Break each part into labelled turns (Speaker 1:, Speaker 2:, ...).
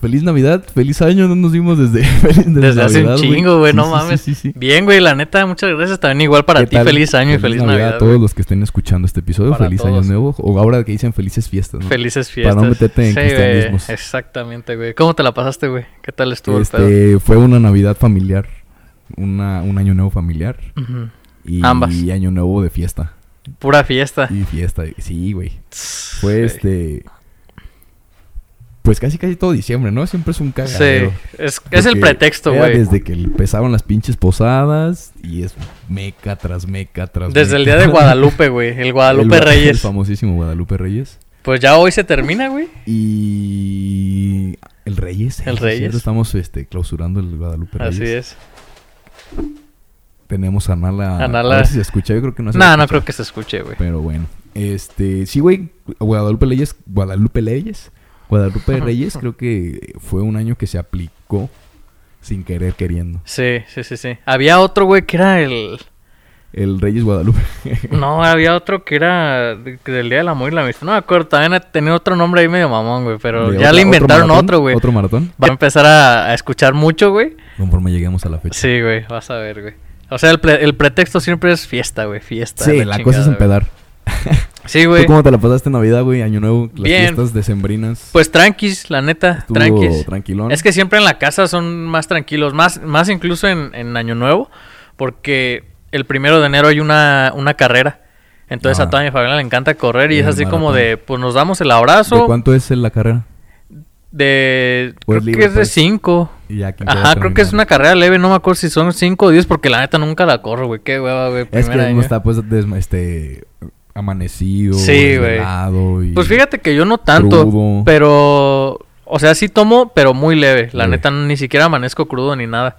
Speaker 1: Feliz Navidad, feliz año, no nos vimos desde, desde,
Speaker 2: Desde hace un
Speaker 1: Navidad,
Speaker 2: chingo, güey, no
Speaker 1: Sí, sí,
Speaker 2: mames.
Speaker 1: Sí, sí,
Speaker 2: Bien, güey, la neta, muchas gracias. También igual para
Speaker 1: ¿Qué
Speaker 2: ti,
Speaker 1: tal?
Speaker 2: feliz año y feliz, Navidad.
Speaker 1: a
Speaker 2: güey.
Speaker 1: todos los que estén escuchando este episodio.
Speaker 2: Para
Speaker 1: feliz año
Speaker 2: todos.
Speaker 1: nuevo. O ahora que dicen felices fiestas, ¿no?
Speaker 2: Felices
Speaker 1: Para
Speaker 2: fiestas.
Speaker 1: no meterte en
Speaker 2: Sí, güey,
Speaker 1: cristianismos.
Speaker 2: Exactamente, güey. ¿Cómo te la pasaste, güey? ¿Qué tal estuvo el pedo?
Speaker 1: Este, fue una Navidad familiar, una, un año nuevo familiar
Speaker 2: Ujú.
Speaker 1: y
Speaker 2: Ambas.
Speaker 1: año nuevo de fiesta.
Speaker 2: Pura fiesta.
Speaker 1: Y fiesta, sí, güey.
Speaker 2: Tss,
Speaker 1: Fue
Speaker 2: güey.
Speaker 1: este... Pues casi casi todo diciembre, ¿no? Siempre es un cagadero.
Speaker 2: Sí, es, es el
Speaker 1: Porque
Speaker 2: pretexto,
Speaker 1: era
Speaker 2: güey. Desde,
Speaker 1: Desde que empezaron las pinches posadas y es meca tras meca tras
Speaker 2: el
Speaker 1: meca.
Speaker 2: día de Guadalupe, güey. El Guadalupe
Speaker 1: El- El
Speaker 2: Reyes.
Speaker 1: famosísimo Guadalupe Reyes.
Speaker 2: Pues ya hoy se termina, güey.
Speaker 1: Y el Reyes. eh, sí,
Speaker 2: El
Speaker 1: cierto,
Speaker 2: Reyes.
Speaker 1: Estamos este, clausurando el Guadalupe Reyes.
Speaker 2: Así es.
Speaker 1: Tenemos a Nala.
Speaker 2: A Nala.
Speaker 1: A ver si se escucha, yo creo que no se
Speaker 2: No,
Speaker 1: va a
Speaker 2: no
Speaker 1: escuchar,
Speaker 2: creo que se escuche, güey.
Speaker 1: Pero bueno. Este, sí, güey, Guadalupe Leyes, Guadalupe Leyes, Guadalupe Reyes, creo que fue un año que se aplicó sin querer queriendo.
Speaker 2: Sí, sí, sí, sí. Había otro, güey, que era el...
Speaker 1: El Reyes Guadalupe.
Speaker 2: No, había otro que era de- del Día del Amor y la Amistad. No me acuerdo, también tenía otro nombre ahí medio mamón, güey. Pero
Speaker 1: De
Speaker 2: ya
Speaker 1: otra-
Speaker 2: le inventaron
Speaker 1: maratón,
Speaker 2: otro, güey.
Speaker 1: Otro maratón.
Speaker 2: Va a empezar a, a escuchar mucho, güey.
Speaker 1: Conforme lleguemos a la fecha.
Speaker 2: Sí, güey, vas a ver, güey. O sea, el, pre- el pretexto siempre es fiesta, güey, fiesta.
Speaker 1: Sí, la cosa es
Speaker 2: chingada, güey.
Speaker 1: empedar.
Speaker 2: Sí,
Speaker 1: ¿Tú
Speaker 2: güey.
Speaker 1: cómo te la pasaste en Navidad, güey? Año Nuevo, las
Speaker 2: Bien.
Speaker 1: fiestas decembrinas.
Speaker 2: Pues tranquis, la neta,
Speaker 1: Estuvo
Speaker 2: tranquis.
Speaker 1: tranquilón.
Speaker 2: Es que siempre en la casa son más tranquilos, más, más incluso en, en Año Nuevo, porque el primero de enero hay una, una carrera. Entonces
Speaker 1: Ah.
Speaker 2: a toda mi familia le encanta correr y
Speaker 1: Y
Speaker 2: es
Speaker 1: el
Speaker 2: así como
Speaker 1: maratón.
Speaker 2: de, pues nos damos el
Speaker 1: ¿De
Speaker 2: abrazo.
Speaker 1: cuánto es la carrera?
Speaker 2: De.
Speaker 1: Pues
Speaker 2: creo
Speaker 1: libre,
Speaker 2: que es de
Speaker 1: pues.
Speaker 2: 5.
Speaker 1: Y ya, ¿quién queda
Speaker 2: Ajá, creo que es una
Speaker 1: terminando?
Speaker 2: carrera leve. No me acuerdo si son 5 o 10, porque la neta nunca la corro, güey. Qué hueva, güey.
Speaker 1: Es que
Speaker 2: primer año.
Speaker 1: uno está, pues, desma- este... Amanecido,
Speaker 2: Sí, güey.
Speaker 1: desvelado y...
Speaker 2: Pues fíjate que yo no tanto,
Speaker 1: Crudo.
Speaker 2: pero. O sea, sí tomo, pero muy leve. La
Speaker 1: Leve.
Speaker 2: neta ni siquiera amanezco crudo ni nada.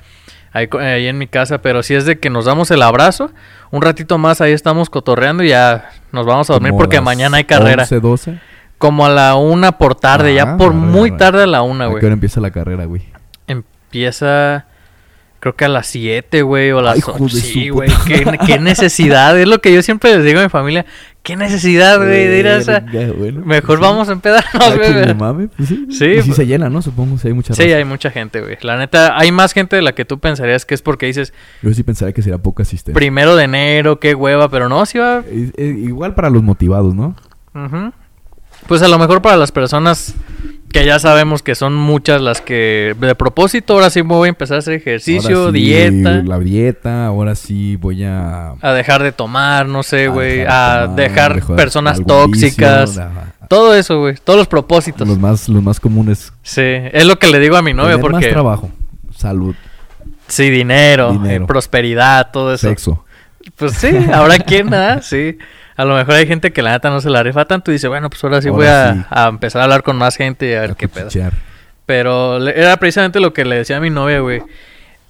Speaker 2: Ahí, co- ahí en mi casa, pero sí es de que nos damos el abrazo. Un ratito más ahí estamos cotorreando y ya nos vamos a dormir
Speaker 1: como
Speaker 2: porque
Speaker 1: las
Speaker 2: mañana hay carrera.
Speaker 1: 11, 12.
Speaker 2: Como a la una por tarde,
Speaker 1: Ah,
Speaker 2: ya por
Speaker 1: arre,
Speaker 2: muy
Speaker 1: arre.
Speaker 2: tarde a la una,
Speaker 1: ¿A
Speaker 2: güey.
Speaker 1: qué hora empieza la carrera, güey?
Speaker 2: Empieza, creo que a las 7, güey, o a las
Speaker 1: Ay, hijo
Speaker 2: 8.
Speaker 1: de
Speaker 2: Sí,
Speaker 1: su
Speaker 2: güey,
Speaker 1: puta
Speaker 2: qué, qué necesidad. Es lo que yo siempre les digo a mi familia. Qué necesidad, Ah, güey, de ir a esa.
Speaker 1: Verga, bueno,
Speaker 2: Mejor
Speaker 1: pues sí.
Speaker 2: vamos a empedarnos,
Speaker 1: Ah, que
Speaker 2: güey.
Speaker 1: le mame, pues sí.
Speaker 2: Sí,
Speaker 1: Y sí
Speaker 2: pues-
Speaker 1: se llena, ¿no? Supongo, si hay mucha
Speaker 2: Sí,
Speaker 1: raza.
Speaker 2: hay mucha gente, güey. La neta, hay más gente de la que tú pensarías que es porque dices
Speaker 1: Yo sí pensaría que sería poca asistencia.
Speaker 2: primero de enero, qué hueva, pero no, sí va.
Speaker 1: Es- es igual para los motivados, ¿no?
Speaker 2: Ujú. Pues a lo mejor para las personas que ya sabemos que son muchas las que de propósito, ahora sí me voy a empezar a hacer ejercicio,
Speaker 1: Ahora sí,
Speaker 2: dieta.
Speaker 1: La dieta, ahora sí voy a...
Speaker 2: A dejar de tomar, no sé,
Speaker 1: a
Speaker 2: güey.
Speaker 1: dejar de
Speaker 2: A
Speaker 1: tomar,
Speaker 2: dejar
Speaker 1: dejar
Speaker 2: personas
Speaker 1: algún
Speaker 2: tóxicas.
Speaker 1: vicio, ajá.
Speaker 2: Todo eso, güey. Todos los propósitos.
Speaker 1: los, más, los más comunes.
Speaker 2: Sí, es lo que le digo a mi novia
Speaker 1: Tener más
Speaker 2: porque...
Speaker 1: trabajo, salud,
Speaker 2: Sí, dinero,
Speaker 1: Dinero.
Speaker 2: eh, prosperidad, todo eso.
Speaker 1: sexo.
Speaker 2: Pues sí, habrá quien, nada, sí. A lo mejor hay gente que la neta no se la rifa tanto y dice, bueno, pues ahora sí
Speaker 1: Ahora
Speaker 2: voy a,
Speaker 1: sí.
Speaker 2: a empezar a hablar con más gente y a ver qué pedo.
Speaker 1: acuchichear.
Speaker 2: Pero le- era precisamente lo que le decía a mi novia, güey.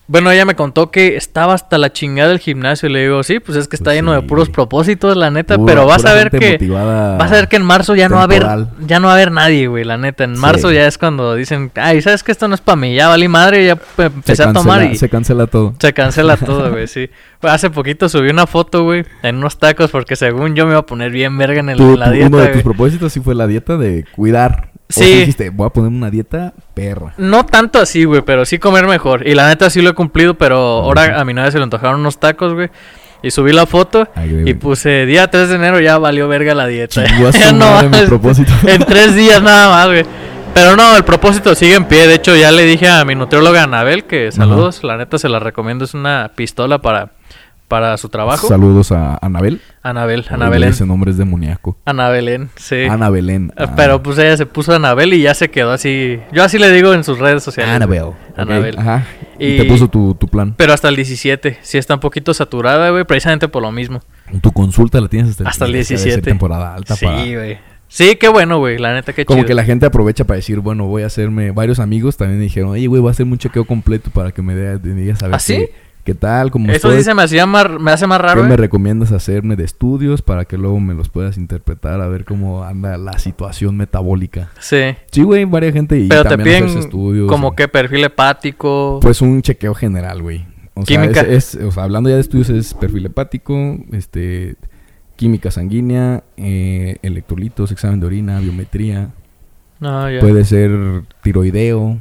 Speaker 2: Bueno, ella me contó que estaba hasta la chingada del gimnasio y le digo, sí, pues es que está
Speaker 1: Pues
Speaker 2: lleno de
Speaker 1: sí.
Speaker 2: puros propósitos, la neta,
Speaker 1: Pura-
Speaker 2: pero vas
Speaker 1: pura
Speaker 2: a ver
Speaker 1: gente
Speaker 2: que...
Speaker 1: motivada
Speaker 2: Vas a ver que en marzo ya no va a
Speaker 1: temporal.
Speaker 2: haber ya no va a haber nadie, güey, la neta. En
Speaker 1: Sí.
Speaker 2: marzo ya es cuando dicen, "Ay, sabes que esto no es para mí, ya valí madre, ya pe-
Speaker 1: se
Speaker 2: empecé a tomar
Speaker 1: cancela-
Speaker 2: y
Speaker 1: Se cancela todo.
Speaker 2: se cancela todo, güey, sí. Pues hace poquito subí una foto, güey, en unos tacos porque según yo me iba a poner bien verga en, el,
Speaker 1: Tú-
Speaker 2: en la
Speaker 1: tú-
Speaker 2: dieta,
Speaker 1: uno de tus
Speaker 2: güey.
Speaker 1: propósitos sí fue la dieta de cuidar. O
Speaker 2: Sí.
Speaker 1: sí dijiste, voy a poner una dieta perra.
Speaker 2: No tanto así, güey, pero sí comer mejor. Y la neta sí lo he cumplido, pero ahora a mi novia se le antojaron unos tacos, güey. Y subí la foto
Speaker 1: Ay, güey,
Speaker 2: y
Speaker 1: güey.
Speaker 2: puse día 3 de enero ya valió verga la dieta.
Speaker 1: Chingó a su
Speaker 2: Ya
Speaker 1: madre mi
Speaker 2: mames,
Speaker 1: propósito.
Speaker 2: En tres días nada más, güey. Pero no, el propósito sigue en pie. De hecho, ya le dije a mi nutrióloga Anabel que saludos. La neta se la recomiendo. Es una pistola para, para su trabajo.
Speaker 1: Saludos a Anabel.
Speaker 2: Anabel,
Speaker 1: Oye,
Speaker 2: Anabelén.
Speaker 1: Ese nombre es demoníaco.
Speaker 2: Anabelén, sí.
Speaker 1: Ana Belén.
Speaker 2: Ah, Pero pues ella se puso Anabel y ya se quedó así. Yo así le digo en sus redes sociales.
Speaker 1: Ah, Anabel.
Speaker 2: güey. Anabel.
Speaker 1: Ok, Ajá. Y,
Speaker 2: Y-
Speaker 1: te puso tu, tu plan.
Speaker 2: Pero hasta el 17. Sí está un poquito saturada, güey, precisamente por lo mismo.
Speaker 1: Tu consulta la tienes hasta,
Speaker 2: Hasta el
Speaker 1: debe ser
Speaker 2: 17.
Speaker 1: temporada alta
Speaker 2: sí,
Speaker 1: para-
Speaker 2: güey. Sí, qué bueno, güey. La neta, qué
Speaker 1: Como
Speaker 2: chido.
Speaker 1: que la gente aprovecha para decir, bueno, voy a hacerme... Varios amigos también me dijeron, oye, güey, voy a hacerme un chequeo completo para que me dé- me digas a ver
Speaker 2: ¿Ah, sí?
Speaker 1: qué, qué tal, cómo
Speaker 2: Eso
Speaker 1: estoy,
Speaker 2: sí se me, hacía más, me hace más
Speaker 1: ¿Qué
Speaker 2: raro, ¿eh?
Speaker 1: me
Speaker 2: güey.
Speaker 1: recomiendas hacerme de estudios para que luego me los puedas interpretar a ver cómo anda la situación metabólica?
Speaker 2: Sí.
Speaker 1: Sí, güey, varias gente y
Speaker 2: Pero te
Speaker 1: también
Speaker 2: piden
Speaker 1: hacerse estudios.
Speaker 2: como
Speaker 1: o-
Speaker 2: que perfil hepático.
Speaker 1: Pues un chequeo general, güey. O sea,
Speaker 2: Química.
Speaker 1: es- es- o sea, hablando ya de estudios, es perfil hepático, este, química sanguínea, eh, electrolitos, examen de orina, biometría,
Speaker 2: No, ya.
Speaker 1: Puede ser tiroideo.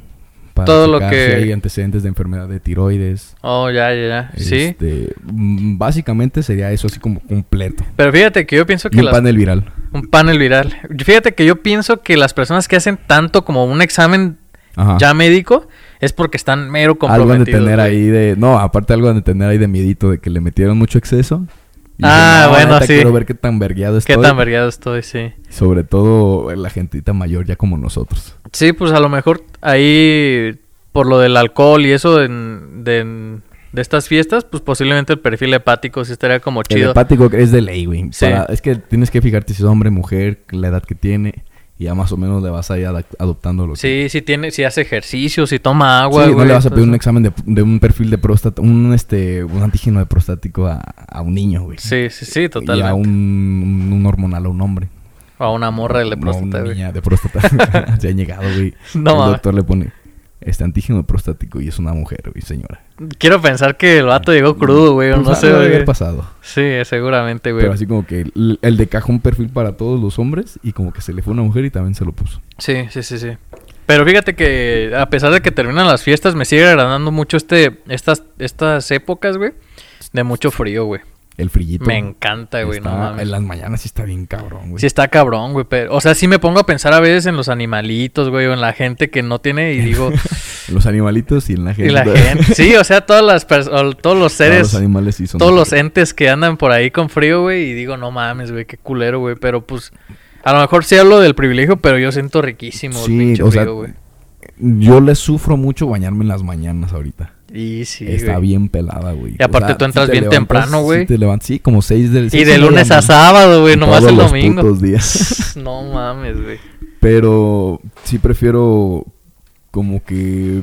Speaker 1: Para
Speaker 2: Todo lo
Speaker 1: checar si
Speaker 2: que-
Speaker 1: hay antecedentes de enfermedad de tiroides.
Speaker 2: Oh, ya, ya, ya. Sí.
Speaker 1: Este, mm, básicamente sería eso así como completo.
Speaker 2: Pero fíjate que yo pienso
Speaker 1: Y
Speaker 2: que
Speaker 1: un
Speaker 2: las-
Speaker 1: panel viral.
Speaker 2: un panel viral. Fíjate que yo pienso que las personas que hacen tanto como un examen
Speaker 1: Ajá.
Speaker 2: ya médico es porque están
Speaker 1: Ah.
Speaker 2: mero
Speaker 1: algo
Speaker 2: comprometidos.
Speaker 1: han de tener
Speaker 2: güey.
Speaker 1: ahí de... No, aparte algo han de tener ahí de miedito de que le metieron mucho exceso. Y dicen,
Speaker 2: Ah,
Speaker 1: "No,
Speaker 2: bueno,
Speaker 1: neta,
Speaker 2: sí.
Speaker 1: Quiero ver qué tan vergueado
Speaker 2: Qué
Speaker 1: estoy.
Speaker 2: tan vergueado estoy, sí.
Speaker 1: Sobre todo la gentita mayor ya como nosotros.
Speaker 2: Sí, pues a lo mejor ahí por lo del alcohol y eso en- de, en- de estas fiestas, pues posiblemente el perfil hepático sí estaría como
Speaker 1: El
Speaker 2: chido.
Speaker 1: hepático es de ley, güey.
Speaker 2: Sí.
Speaker 1: Para- Es que tienes que fijarte si es hombre, mujer, la edad que tiene. Y ya más o menos le vas a ir adac- adoptando lo que...
Speaker 2: Sí, sí tiene, si hace ejercicio, si toma agua,
Speaker 1: Sí, no
Speaker 2: güey,
Speaker 1: le vas a pedir un
Speaker 2: entonces-
Speaker 1: examen de, de un perfil de próstata, un este, un antígeno de prostático a, a un niño, güey.
Speaker 2: Sí, sí, sí,
Speaker 1: Y a
Speaker 2: totalmente.
Speaker 1: un, un hormonal a un hombre.
Speaker 2: O a una morra de la
Speaker 1: No, a
Speaker 2: próstata,
Speaker 1: una
Speaker 2: güey.
Speaker 1: niña de próstata. Se ha llegado, güey.
Speaker 2: No
Speaker 1: El
Speaker 2: mames.
Speaker 1: doctor le pone este antígeno prostático y es una mujer, güey, señora.
Speaker 2: Quiero pensar que el vato llegó crudo, güey, o
Speaker 1: Pues,
Speaker 2: no
Speaker 1: ah,
Speaker 2: sé,
Speaker 1: debe haber
Speaker 2: güey.
Speaker 1: pasado.
Speaker 2: Sí, seguramente, güey.
Speaker 1: Pero así como que el, el de caja un perfil para todos los hombres y como que se le fue una mujer y también se lo puso.
Speaker 2: Sí, sí, sí, sí. Pero fíjate que a pesar de que terminan las fiestas, me sigue agradando mucho este, estas, estas épocas, güey, de mucho frío, güey.
Speaker 1: El frillito.
Speaker 2: Me encanta, güey, no
Speaker 1: Está-
Speaker 2: mames.
Speaker 1: En las mañanas sí está bien cabrón, güey.
Speaker 2: Sí está cabrón, güey, pero... O sea, sí me pongo a pensar a veces en los animalitos, güey, o en la gente que no tiene y digo...
Speaker 1: Los animalitos y en la
Speaker 2: y
Speaker 1: gente.
Speaker 2: la gente... Sí, o sea, todas las pers- o todos
Speaker 1: Todos
Speaker 2: los seres...
Speaker 1: los animales sí son.
Speaker 2: todos los entes que andan por ahí con frío, güey, y digo, no mames, güey, qué culero, güey, pero pues... A lo mejor sí hablo del privilegio, pero yo siento riquísimo el
Speaker 1: Sí,
Speaker 2: pinche
Speaker 1: o sea,
Speaker 2: frío, güey.
Speaker 1: Yo les sufro mucho bañarme en las mañanas ahorita.
Speaker 2: Y sí,
Speaker 1: está
Speaker 2: güey.
Speaker 1: bien pelada, güey.
Speaker 2: Y aparte tú entras
Speaker 1: te
Speaker 2: bien temprano,
Speaker 1: sí
Speaker 2: güey.
Speaker 1: te levantas, sí, como seis del
Speaker 2: Y
Speaker 1: seis
Speaker 2: de
Speaker 1: la
Speaker 2: lunes a
Speaker 1: mañana.
Speaker 2: sábado, güey, nomás
Speaker 1: Todos
Speaker 2: el
Speaker 1: los
Speaker 2: domingo.
Speaker 1: putos días.
Speaker 2: No mames, güey.
Speaker 1: Pero sí prefiero como que...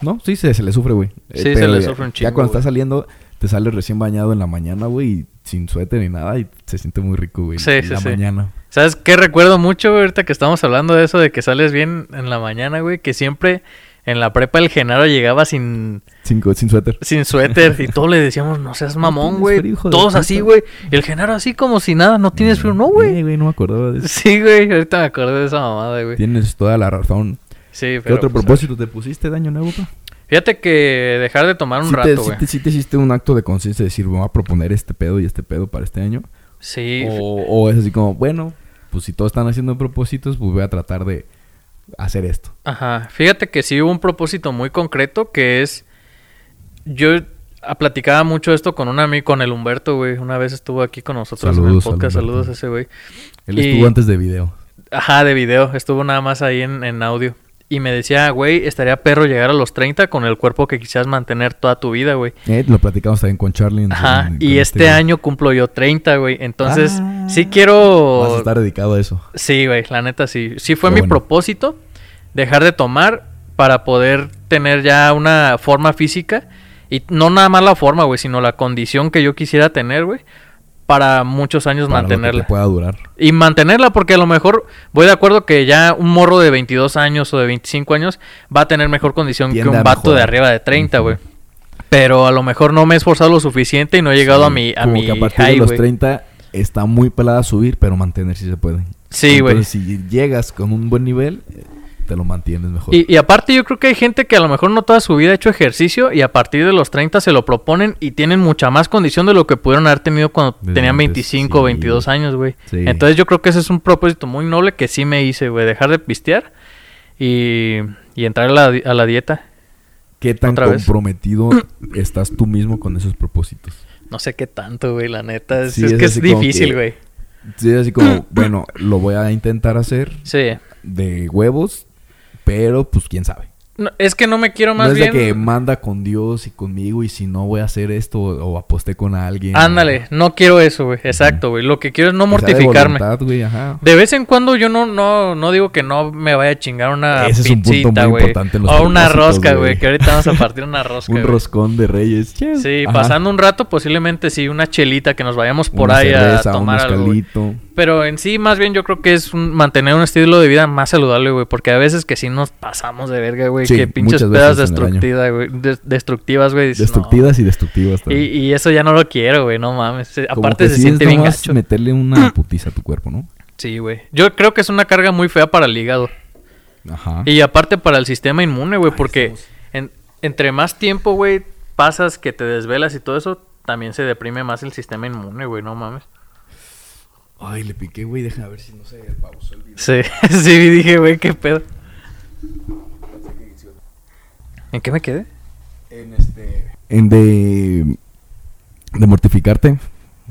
Speaker 1: No, sí, se, se le sufre, güey. Eh,
Speaker 2: Sí, se
Speaker 1: pero
Speaker 2: le
Speaker 1: ya-
Speaker 2: sufre un
Speaker 1: Ya
Speaker 2: chingo,
Speaker 1: cuando
Speaker 2: güey.
Speaker 1: estás saliendo, te sales recién bañado en la mañana, güey, y sin suéter ni nada, y se siente muy rico, güey.
Speaker 2: Sí,
Speaker 1: en
Speaker 2: sí,
Speaker 1: la
Speaker 2: sí.
Speaker 1: mañana.
Speaker 2: ¿Sabes qué recuerdo mucho, güey? Ahorita que estamos hablando de eso, de que sales bien en la mañana, güey. Que siempre en la prepa el Genaro llegaba sin,
Speaker 1: Sin, co- sin suéter.
Speaker 2: sin suéter y todos le decíamos, no seas mamón,
Speaker 1: tienes
Speaker 2: güey.
Speaker 1: frío, hijo de
Speaker 2: Todos
Speaker 1: puta.
Speaker 2: así, güey. Y el Genaro así como si nada, no tienes frío, no,
Speaker 1: Eh,
Speaker 2: güey.
Speaker 1: güey, no me acordaba de eso.
Speaker 2: Sí, güey, ahorita me acordé de esa mamada, güey.
Speaker 1: Tienes toda la razón.
Speaker 2: Sí, pero.
Speaker 1: ¿Qué otro
Speaker 2: pues,
Speaker 1: propósito te pusiste de año nuevo, pa?
Speaker 2: Fíjate que dejar de tomar un
Speaker 1: Sí te,
Speaker 2: rato,
Speaker 1: sí
Speaker 2: güey.
Speaker 1: te- sí te hiciste un acto de conciencia de decir, voy a proponer este pedo y este pedo para este año.
Speaker 2: Sí.
Speaker 1: O, o es así como, bueno, pues si todos están haciendo propósitos, pues voy a tratar de hacer esto.
Speaker 2: Ajá, fíjate que sí hubo un propósito muy concreto que es, yo ah, platicaba mucho esto con un amigo, con el Humberto, güey, una vez estuvo aquí con nosotros en el
Speaker 1: Saludos al
Speaker 2: podcast,
Speaker 1: Humberto.
Speaker 2: saludos a ese güey.
Speaker 1: Él
Speaker 2: Y-
Speaker 1: estuvo antes de video.
Speaker 2: Ajá, de video, estuvo nada más ahí en, en audio. Y me decía, güey, estaría perro llegar a los 30 con el cuerpo que quisieras mantener toda tu vida, güey.
Speaker 1: Eh, lo platicamos también con Charlie. en-
Speaker 2: Ajá,
Speaker 1: en- con
Speaker 2: y este
Speaker 1: güey.
Speaker 2: año cumplo yo 30, güey. Entonces,
Speaker 1: Ah.
Speaker 2: sí quiero...
Speaker 1: Vas a estar dedicado a eso.
Speaker 2: Sí, güey, la neta sí. Sí fue
Speaker 1: Qué
Speaker 2: mi
Speaker 1: bueno.
Speaker 2: propósito dejar de tomar para poder tener ya una forma física y no nada más la forma, güey, sino la condición que yo quisiera tener, güey, para muchos años
Speaker 1: para lo que
Speaker 2: mantenerla.
Speaker 1: te pueda durar.
Speaker 2: Y mantenerla porque a lo mejor voy de acuerdo que ya un morro de 22 años o de 25 años va a tener mejor condición
Speaker 1: Tiende
Speaker 2: que
Speaker 1: a
Speaker 2: un vato de
Speaker 1: mejorar.
Speaker 2: arriba de 30,
Speaker 1: Ujú.
Speaker 2: güey. Pero a lo mejor no me he esforzado lo suficiente y no he llegado a mi a
Speaker 1: Como
Speaker 2: mi
Speaker 1: que a partir
Speaker 2: high,
Speaker 1: de los
Speaker 2: güey.
Speaker 1: 30 está muy pelada subir, pero mantener si se puede.
Speaker 2: Sí, güey.
Speaker 1: Entonces, si llegas con un buen nivel, eh, te lo mantienes mejor.
Speaker 2: Y, y aparte yo creo que hay gente que a lo mejor no toda su vida ha hecho ejercicio y a partir de los 30 se lo proponen y tienen mucha más condición de lo que pudieron haber tenido cuando
Speaker 1: Desde
Speaker 2: tenían
Speaker 1: antes,
Speaker 2: 25 o
Speaker 1: sí.
Speaker 2: 22 años, güey.
Speaker 1: Sí.
Speaker 2: Entonces yo creo que ese es un propósito muy noble que sí me hice, güey, dejar de pistear y, y entrar a la, di- a la dieta.
Speaker 1: ¿Qué tan
Speaker 2: otra vez.
Speaker 1: comprometido estás tú mismo con esos propósitos?
Speaker 2: No sé qué tanto, güey, la neta. Es,
Speaker 1: Sí,
Speaker 2: es
Speaker 1: es
Speaker 2: que es
Speaker 1: así como
Speaker 2: difícil,
Speaker 1: que-
Speaker 2: güey.
Speaker 1: Sí, así como, bueno, lo voy a intentar hacer
Speaker 2: Sí.
Speaker 1: de huevos, pero pues quién sabe.
Speaker 2: No, es que no me quiero más
Speaker 1: no es
Speaker 2: bien...
Speaker 1: de que manda con Dios y conmigo y si no voy a hacer esto o, o aposté con alguien.
Speaker 2: Ándale, no quiero eso, güey. Exacto, güey. Lo que quiero es no
Speaker 1: O sea, de
Speaker 2: mortificarme.
Speaker 1: voluntad, güey, ajá.
Speaker 2: De vez en cuando yo no, no, no digo que no me vaya a chingar una
Speaker 1: Ese es un punto
Speaker 2: pizzita,
Speaker 1: muy
Speaker 2: güey.
Speaker 1: importante en los
Speaker 2: O una
Speaker 1: propósitos,
Speaker 2: rosca, güey.
Speaker 1: güey.
Speaker 2: Que ahorita vamos a partir una rosca.
Speaker 1: Un
Speaker 2: güey.
Speaker 1: roscón de reyes. Che,
Speaker 2: Sí,
Speaker 1: ajá.
Speaker 2: pasando un rato, posiblemente sí, una chelita que nos vayamos por
Speaker 1: Una
Speaker 2: ahí
Speaker 1: cerveza,
Speaker 2: a
Speaker 1: un
Speaker 2: tomar algo. güey.
Speaker 1: mezcalito.
Speaker 2: Pero en sí, más bien yo creo que es un- mantener un estilo de vida más saludable, güey. Porque a veces que sí nos pasamos de verga, güey.
Speaker 1: Sí,
Speaker 2: que pinches
Speaker 1: muchas
Speaker 2: pedas
Speaker 1: veces en el año.
Speaker 2: destructivas, güey. des- destructivas, güey. dices, no.
Speaker 1: Destructivas y destructivas
Speaker 2: Y,
Speaker 1: también.
Speaker 2: y eso ya no lo quiero, güey. No mames.
Speaker 1: Como
Speaker 2: Aparte
Speaker 1: que
Speaker 2: se
Speaker 1: sí es
Speaker 2: siente bien
Speaker 1: nomás
Speaker 2: gacho.
Speaker 1: meterle una putiza a tu cuerpo, ¿no?
Speaker 2: Sí, güey. Yo creo que es una carga muy fea para el hígado.
Speaker 1: Ajá.
Speaker 2: Y aparte para el sistema inmune, güey,
Speaker 1: Ay,
Speaker 2: porque
Speaker 1: estamos-
Speaker 2: en- entre más tiempo, güey, pasas que te desvelas y todo eso, también se deprime más el sistema inmune, güey, no mames.
Speaker 1: Ay, le piqué, güey. Deja ver si no se pausó el video.
Speaker 2: Sí, sí, dije, güey, qué pedo. ¿En qué me quedé?
Speaker 1: En este. En de. De mortificarte.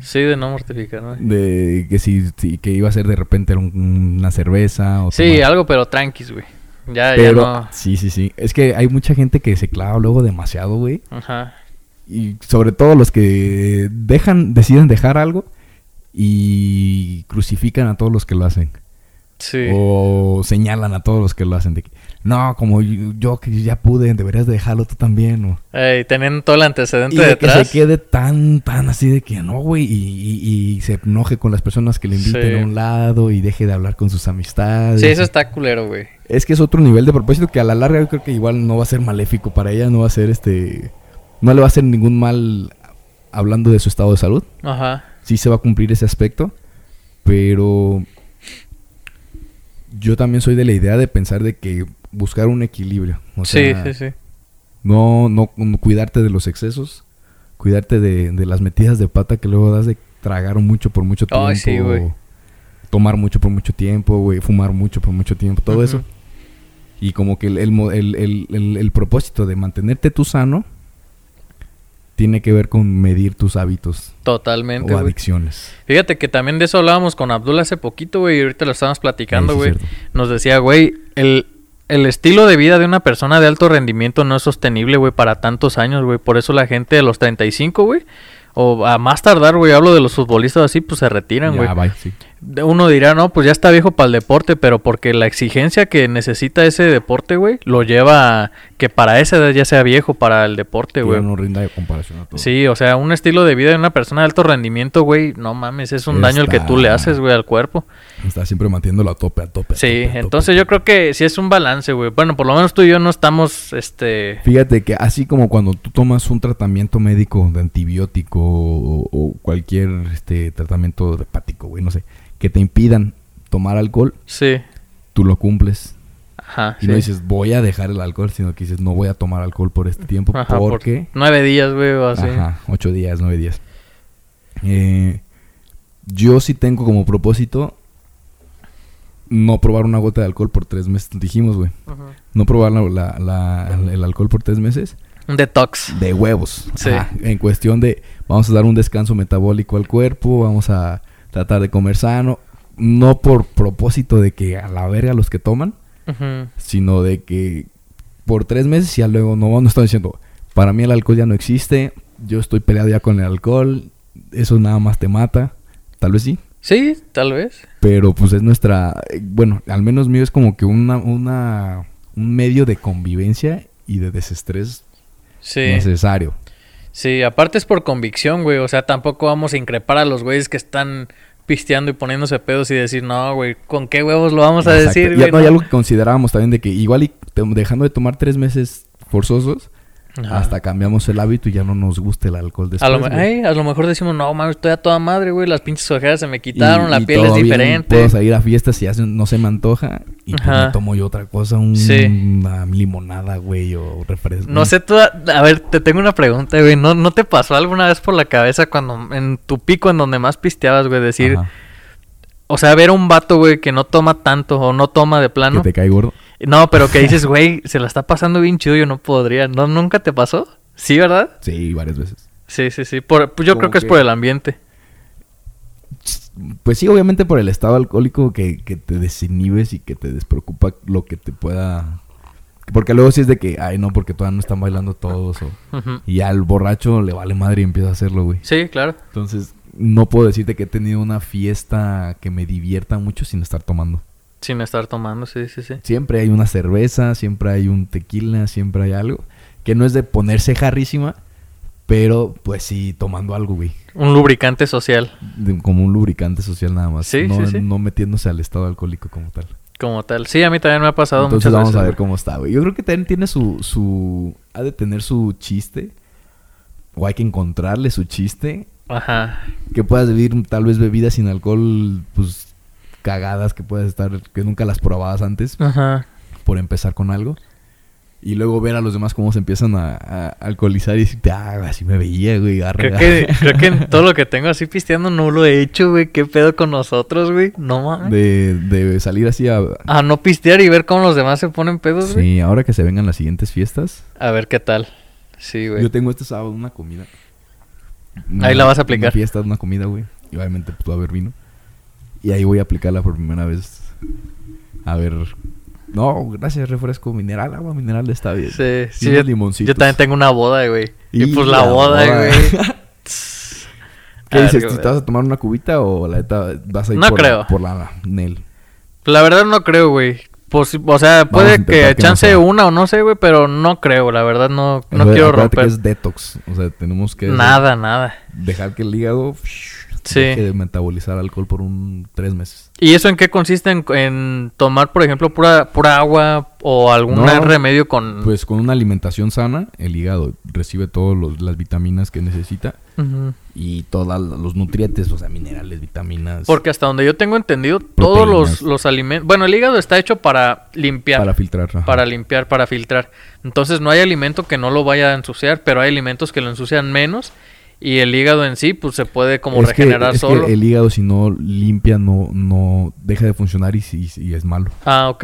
Speaker 2: Sí, de no mortificarme.
Speaker 1: De que si, si- que iba a ser de repente un- una cerveza o
Speaker 2: Sí,
Speaker 1: tomar-
Speaker 2: algo, pero tranquis, güey. Ya,
Speaker 1: Pero,
Speaker 2: ya no.
Speaker 1: sí, sí, sí. Es que hay mucha gente que se clava luego demasiado, güey.
Speaker 2: Ajá.
Speaker 1: Y sobre todo los que dejan, deciden dejar algo y crucifican a todos los que lo hacen.
Speaker 2: Sí.
Speaker 1: Oh. O señalan a todos los que lo hacen. De que, no, como yo, yo que ya pude, deberías de dejarlo tú también. o-
Speaker 2: Ey, teniendo todo el antecedente
Speaker 1: Y de que
Speaker 2: detrás.
Speaker 1: se quede tan, tan así de que no, güey. Y, y- y se enoje con las personas que le inviten
Speaker 2: Sí.
Speaker 1: a un lado y deje de hablar con sus amistades.
Speaker 2: Sí, eso está culero, güey.
Speaker 1: Es que es otro nivel de propósito que a la larga yo creo que igual no va a ser maléfico para ella, no va a ser este... No le va a hacer ningún mal hablando de su estado de salud.
Speaker 2: Ajá.
Speaker 1: Sí se va a cumplir ese aspecto, pero yo también soy de la idea de pensar de que buscar un equilibrio. O sea,
Speaker 2: sí, sí, sí.
Speaker 1: No, no, no cuidarte de los excesos, cuidarte de, de las metidas de pata que luego das de tragar mucho por mucho tiempo.
Speaker 2: Ay, sí, güey.
Speaker 1: tomar mucho por mucho tiempo, güey, fumar mucho por mucho tiempo, todo
Speaker 2: Ujú.
Speaker 1: eso. Y como que el, el mo- el- el- el- el propósito de mantenerte tú sano tiene que ver con medir tus hábitos
Speaker 2: Totalmente,
Speaker 1: o
Speaker 2: güey.
Speaker 1: adicciones.
Speaker 2: Fíjate que también de eso hablábamos con Abdul hace poquito, güey, y ahorita lo estábamos platicando,
Speaker 1: Ahí sí
Speaker 2: güey.
Speaker 1: es cierto.
Speaker 2: Nos decía, güey, el, el estilo de vida de una persona de alto rendimiento no es sostenible, güey, para tantos años, güey. Por eso la gente de los 35, güey, o a más tardar, güey, hablo de los futbolistas así, pues se retiran, güey.
Speaker 1: Ya, bye, sí.
Speaker 2: De- Uno dirá, no, pues ya está viejo para el deporte, pero porque la exigencia que necesita ese deporte, güey, lo lleva a que para esa edad ya sea viejo para el
Speaker 1: Que
Speaker 2: deporte, güey.
Speaker 1: ya no rinda de comparación a todo.
Speaker 2: Sí, o sea, un estilo de vida de una persona de alto rendimiento, güey, no mames, es un daño el que tú le
Speaker 1: Está-
Speaker 2: haces, güey, al cuerpo.
Speaker 1: Está siempre manteniéndolo a tope, a tope. a tope,
Speaker 2: Sí,
Speaker 1: a tope,
Speaker 2: entonces
Speaker 1: a
Speaker 2: yo
Speaker 1: tope.
Speaker 2: creo que sí es un balance, güey. Bueno, por lo menos tú y yo no estamos, este...
Speaker 1: Fíjate que así como cuando tú tomas un tratamiento médico de antibiótico o, o cualquier este tratamiento hepático, güey, no sé, que te impidan tomar alcohol,
Speaker 2: Sí,
Speaker 1: tú lo cumples.
Speaker 2: ajá.
Speaker 1: Y
Speaker 2: sí.
Speaker 1: no dices, voy a dejar el alcohol, sino que dices, no voy a tomar alcohol por este tiempo.
Speaker 2: Ajá, por Ah,
Speaker 1: porque...
Speaker 2: Nueve días, güey, o así.
Speaker 1: Ajá, ocho días, nueve días. Eh, yo sí tengo como propósito no probar una gota de alcohol por tres meses. Dijimos, güey.
Speaker 2: Ujú.
Speaker 1: No probar la- la- la- el alcohol por tres meses.
Speaker 2: Un detox.
Speaker 1: De huevos.
Speaker 2: Sí.
Speaker 1: Ajá. En cuestión de vamos a dar un descanso metabólico al cuerpo, vamos a tratar de comer sano. No por propósito de que a la verga los que toman,
Speaker 2: Ujú.
Speaker 1: sino de que por tres meses ya luego no, no están diciendo, para mí el alcohol ya no existe, yo estoy peleado ya con el alcohol, eso nada más te mata, tal vez sí,
Speaker 2: Sí, tal vez.
Speaker 1: pero pues es nuestra, eh, bueno, al menos mío es como que una, una, un medio de convivencia y de desestrés
Speaker 2: Sí.
Speaker 1: necesario.
Speaker 2: Sí, aparte es por convicción, güey. O sea, tampoco vamos a increpar a los güeyes que están pisteando y poniéndose pedos y decir, no, güey, ¿con qué huevos lo vamos a
Speaker 1: Exacto. Ya-
Speaker 2: decir,
Speaker 1: no,
Speaker 2: güey? No".
Speaker 1: hay algo que considerábamos también de que igual y te- dejando de tomar tres meses forzosos,
Speaker 2: Ajá.
Speaker 1: hasta cambiamos el hábito y ya no nos gusta el alcohol después.
Speaker 2: a, lo, me-
Speaker 1: güey.
Speaker 2: ay, a lo mejor decimos, no, mames, estoy a toda madre, güey. Las pinches ojeras se me
Speaker 1: Y-
Speaker 2: quitaron, la
Speaker 1: y
Speaker 2: piel es
Speaker 1: todo bien,
Speaker 2: diferente.
Speaker 1: Puedo salir a fiestas y hace- no se me antoja y pues,
Speaker 2: Ajá.
Speaker 1: me tomo yo otra cosa, un-
Speaker 2: Sí.
Speaker 1: una limonada, pues, güey, o refresco.
Speaker 2: No sé, tú, a, a ver, te tengo una pregunta, güey. ¿No, ¿No te pasó alguna vez por la cabeza cuando, en tu pico, en donde más pisteabas, güey, decir,
Speaker 1: Ajá.
Speaker 2: o sea, ver a un vato, güey, que no toma tanto o ah, no toma de plano?
Speaker 1: Que te cae gordo.
Speaker 2: No, pero que dices, güey, se la está pasando bien chido, yo no podría. ¿No, ¿Nunca te pasó? Sí, ¿verdad?
Speaker 1: Sí, varias veces.
Speaker 2: Sí, sí, sí. Por, pues yo creo
Speaker 1: Como
Speaker 2: que es
Speaker 1: que-
Speaker 2: por el ambiente.
Speaker 1: Pues sí, obviamente por el estado alcohólico que, que te desinhibes y que te despreocupa lo que te pueda... Porque luego sí es de que, ay no, porque todavía no están bailando todos o...
Speaker 2: Ujú.
Speaker 1: Y al borracho le vale madre y empieza a hacerlo, güey.
Speaker 2: Sí, claro.
Speaker 1: Entonces, no puedo decirte que he tenido una fiesta que me divierta mucho sin estar tomando.
Speaker 2: Sin estar tomando, sí, sí, sí.
Speaker 1: Siempre hay una cerveza, siempre hay un tequila, siempre hay algo. Que no es de ponerse jarrísima, pero pues sí tomando algo, güey.
Speaker 2: Un lubricante social,
Speaker 1: De- como un lubricante social nada más.
Speaker 2: Sí,
Speaker 1: no,
Speaker 2: sí, sí.
Speaker 1: no metiéndose al estado alcohólico como tal.
Speaker 2: como tal. Sí, a mí también me ha pasado
Speaker 1: Entonces
Speaker 2: muchas
Speaker 1: vamos
Speaker 2: veces.
Speaker 1: a ver
Speaker 2: güey.
Speaker 1: cómo está, güey. Yo creo que también tiene su, su... Ha de tener su chiste. O hay que encontrarle su chiste.
Speaker 2: Ajá.
Speaker 1: que puedas vivir tal vez bebidas sin alcohol, pues cagadas que puedes estar, que nunca las probabas antes
Speaker 2: Ajá.
Speaker 1: por empezar con algo. Y luego ver a los demás cómo se empiezan a, a alcoholizar y decir, ah, así me veía, güey, arre".
Speaker 2: Creo que, creo que en todo lo que tengo así pisteando no lo he hecho, güey. ¿Qué pedo con nosotros, güey? No mames.
Speaker 1: de, de salir así a...
Speaker 2: A no pistear y ver cómo los demás se ponen pedos, güey.
Speaker 1: Sí, ahora que se vengan las siguientes fiestas,
Speaker 2: A ver qué tal. Sí, güey.
Speaker 1: yo tengo este sábado una comida.
Speaker 2: Ahí la vas a
Speaker 1: Una
Speaker 2: aplicar.
Speaker 1: fiesta, una comida, güey. Y obviamente pues, va a haber vino. Y ahí voy a aplicarla por primera vez. A ver... No, gracias, refresco mineral, agua mineral está bien.
Speaker 2: Sí,
Speaker 1: Y
Speaker 2: sí.
Speaker 1: unos
Speaker 2: Yo,
Speaker 1: limoncitos.
Speaker 2: yo también tengo una boda, güey. Y,
Speaker 1: Y
Speaker 2: pues la,
Speaker 1: la
Speaker 2: boda,
Speaker 1: boda.
Speaker 2: güey.
Speaker 1: ¿Qué dices?
Speaker 2: Verga,
Speaker 1: ¿Te
Speaker 2: güey.
Speaker 1: vas a tomar una cubita o la neta vas a ir
Speaker 2: No
Speaker 1: por,
Speaker 2: creo.
Speaker 1: por la Nel?
Speaker 2: La verdad no creo, güey. Posi- o sea,
Speaker 1: a
Speaker 2: puede
Speaker 1: intentar
Speaker 2: que
Speaker 1: que no
Speaker 2: chance
Speaker 1: sea.
Speaker 2: una o no sé, güey, pero no creo, la verdad no, no
Speaker 1: Acuérdate-
Speaker 2: quiero
Speaker 1: acuérdate
Speaker 2: romper
Speaker 1: que es detox. O sea, tenemos que
Speaker 2: nada, nada.
Speaker 1: dejar que el hígado
Speaker 2: Sí.
Speaker 1: deje de metabolizar alcohol por un tres meses.
Speaker 2: ¿Y eso en qué consiste? ¿En, en tomar, por ejemplo, pura, pura agua o algún
Speaker 1: No,
Speaker 2: remedio con...?
Speaker 1: Pues con una alimentación sana, el hígado recibe todas las vitaminas que necesita
Speaker 2: Ujú.
Speaker 1: y todos los nutrientes, o sea, minerales, vitaminas.
Speaker 2: Porque hasta donde yo tengo entendido, todos los,
Speaker 1: Proteínas.
Speaker 2: los alimentos... Bueno, el hígado está hecho para limpiar.
Speaker 1: para filtrar. ajá.
Speaker 2: para limpiar, para filtrar. Entonces no hay alimento que no lo vaya a ensuciar, pero hay alimentos que lo ensucian menos y el hígado en sí pues se puede como
Speaker 1: Es que-
Speaker 2: regenerar
Speaker 1: es que
Speaker 2: solo.
Speaker 1: el hígado si no limpia no no deja de funcionar y, sí- y es malo.
Speaker 2: Ah, ok.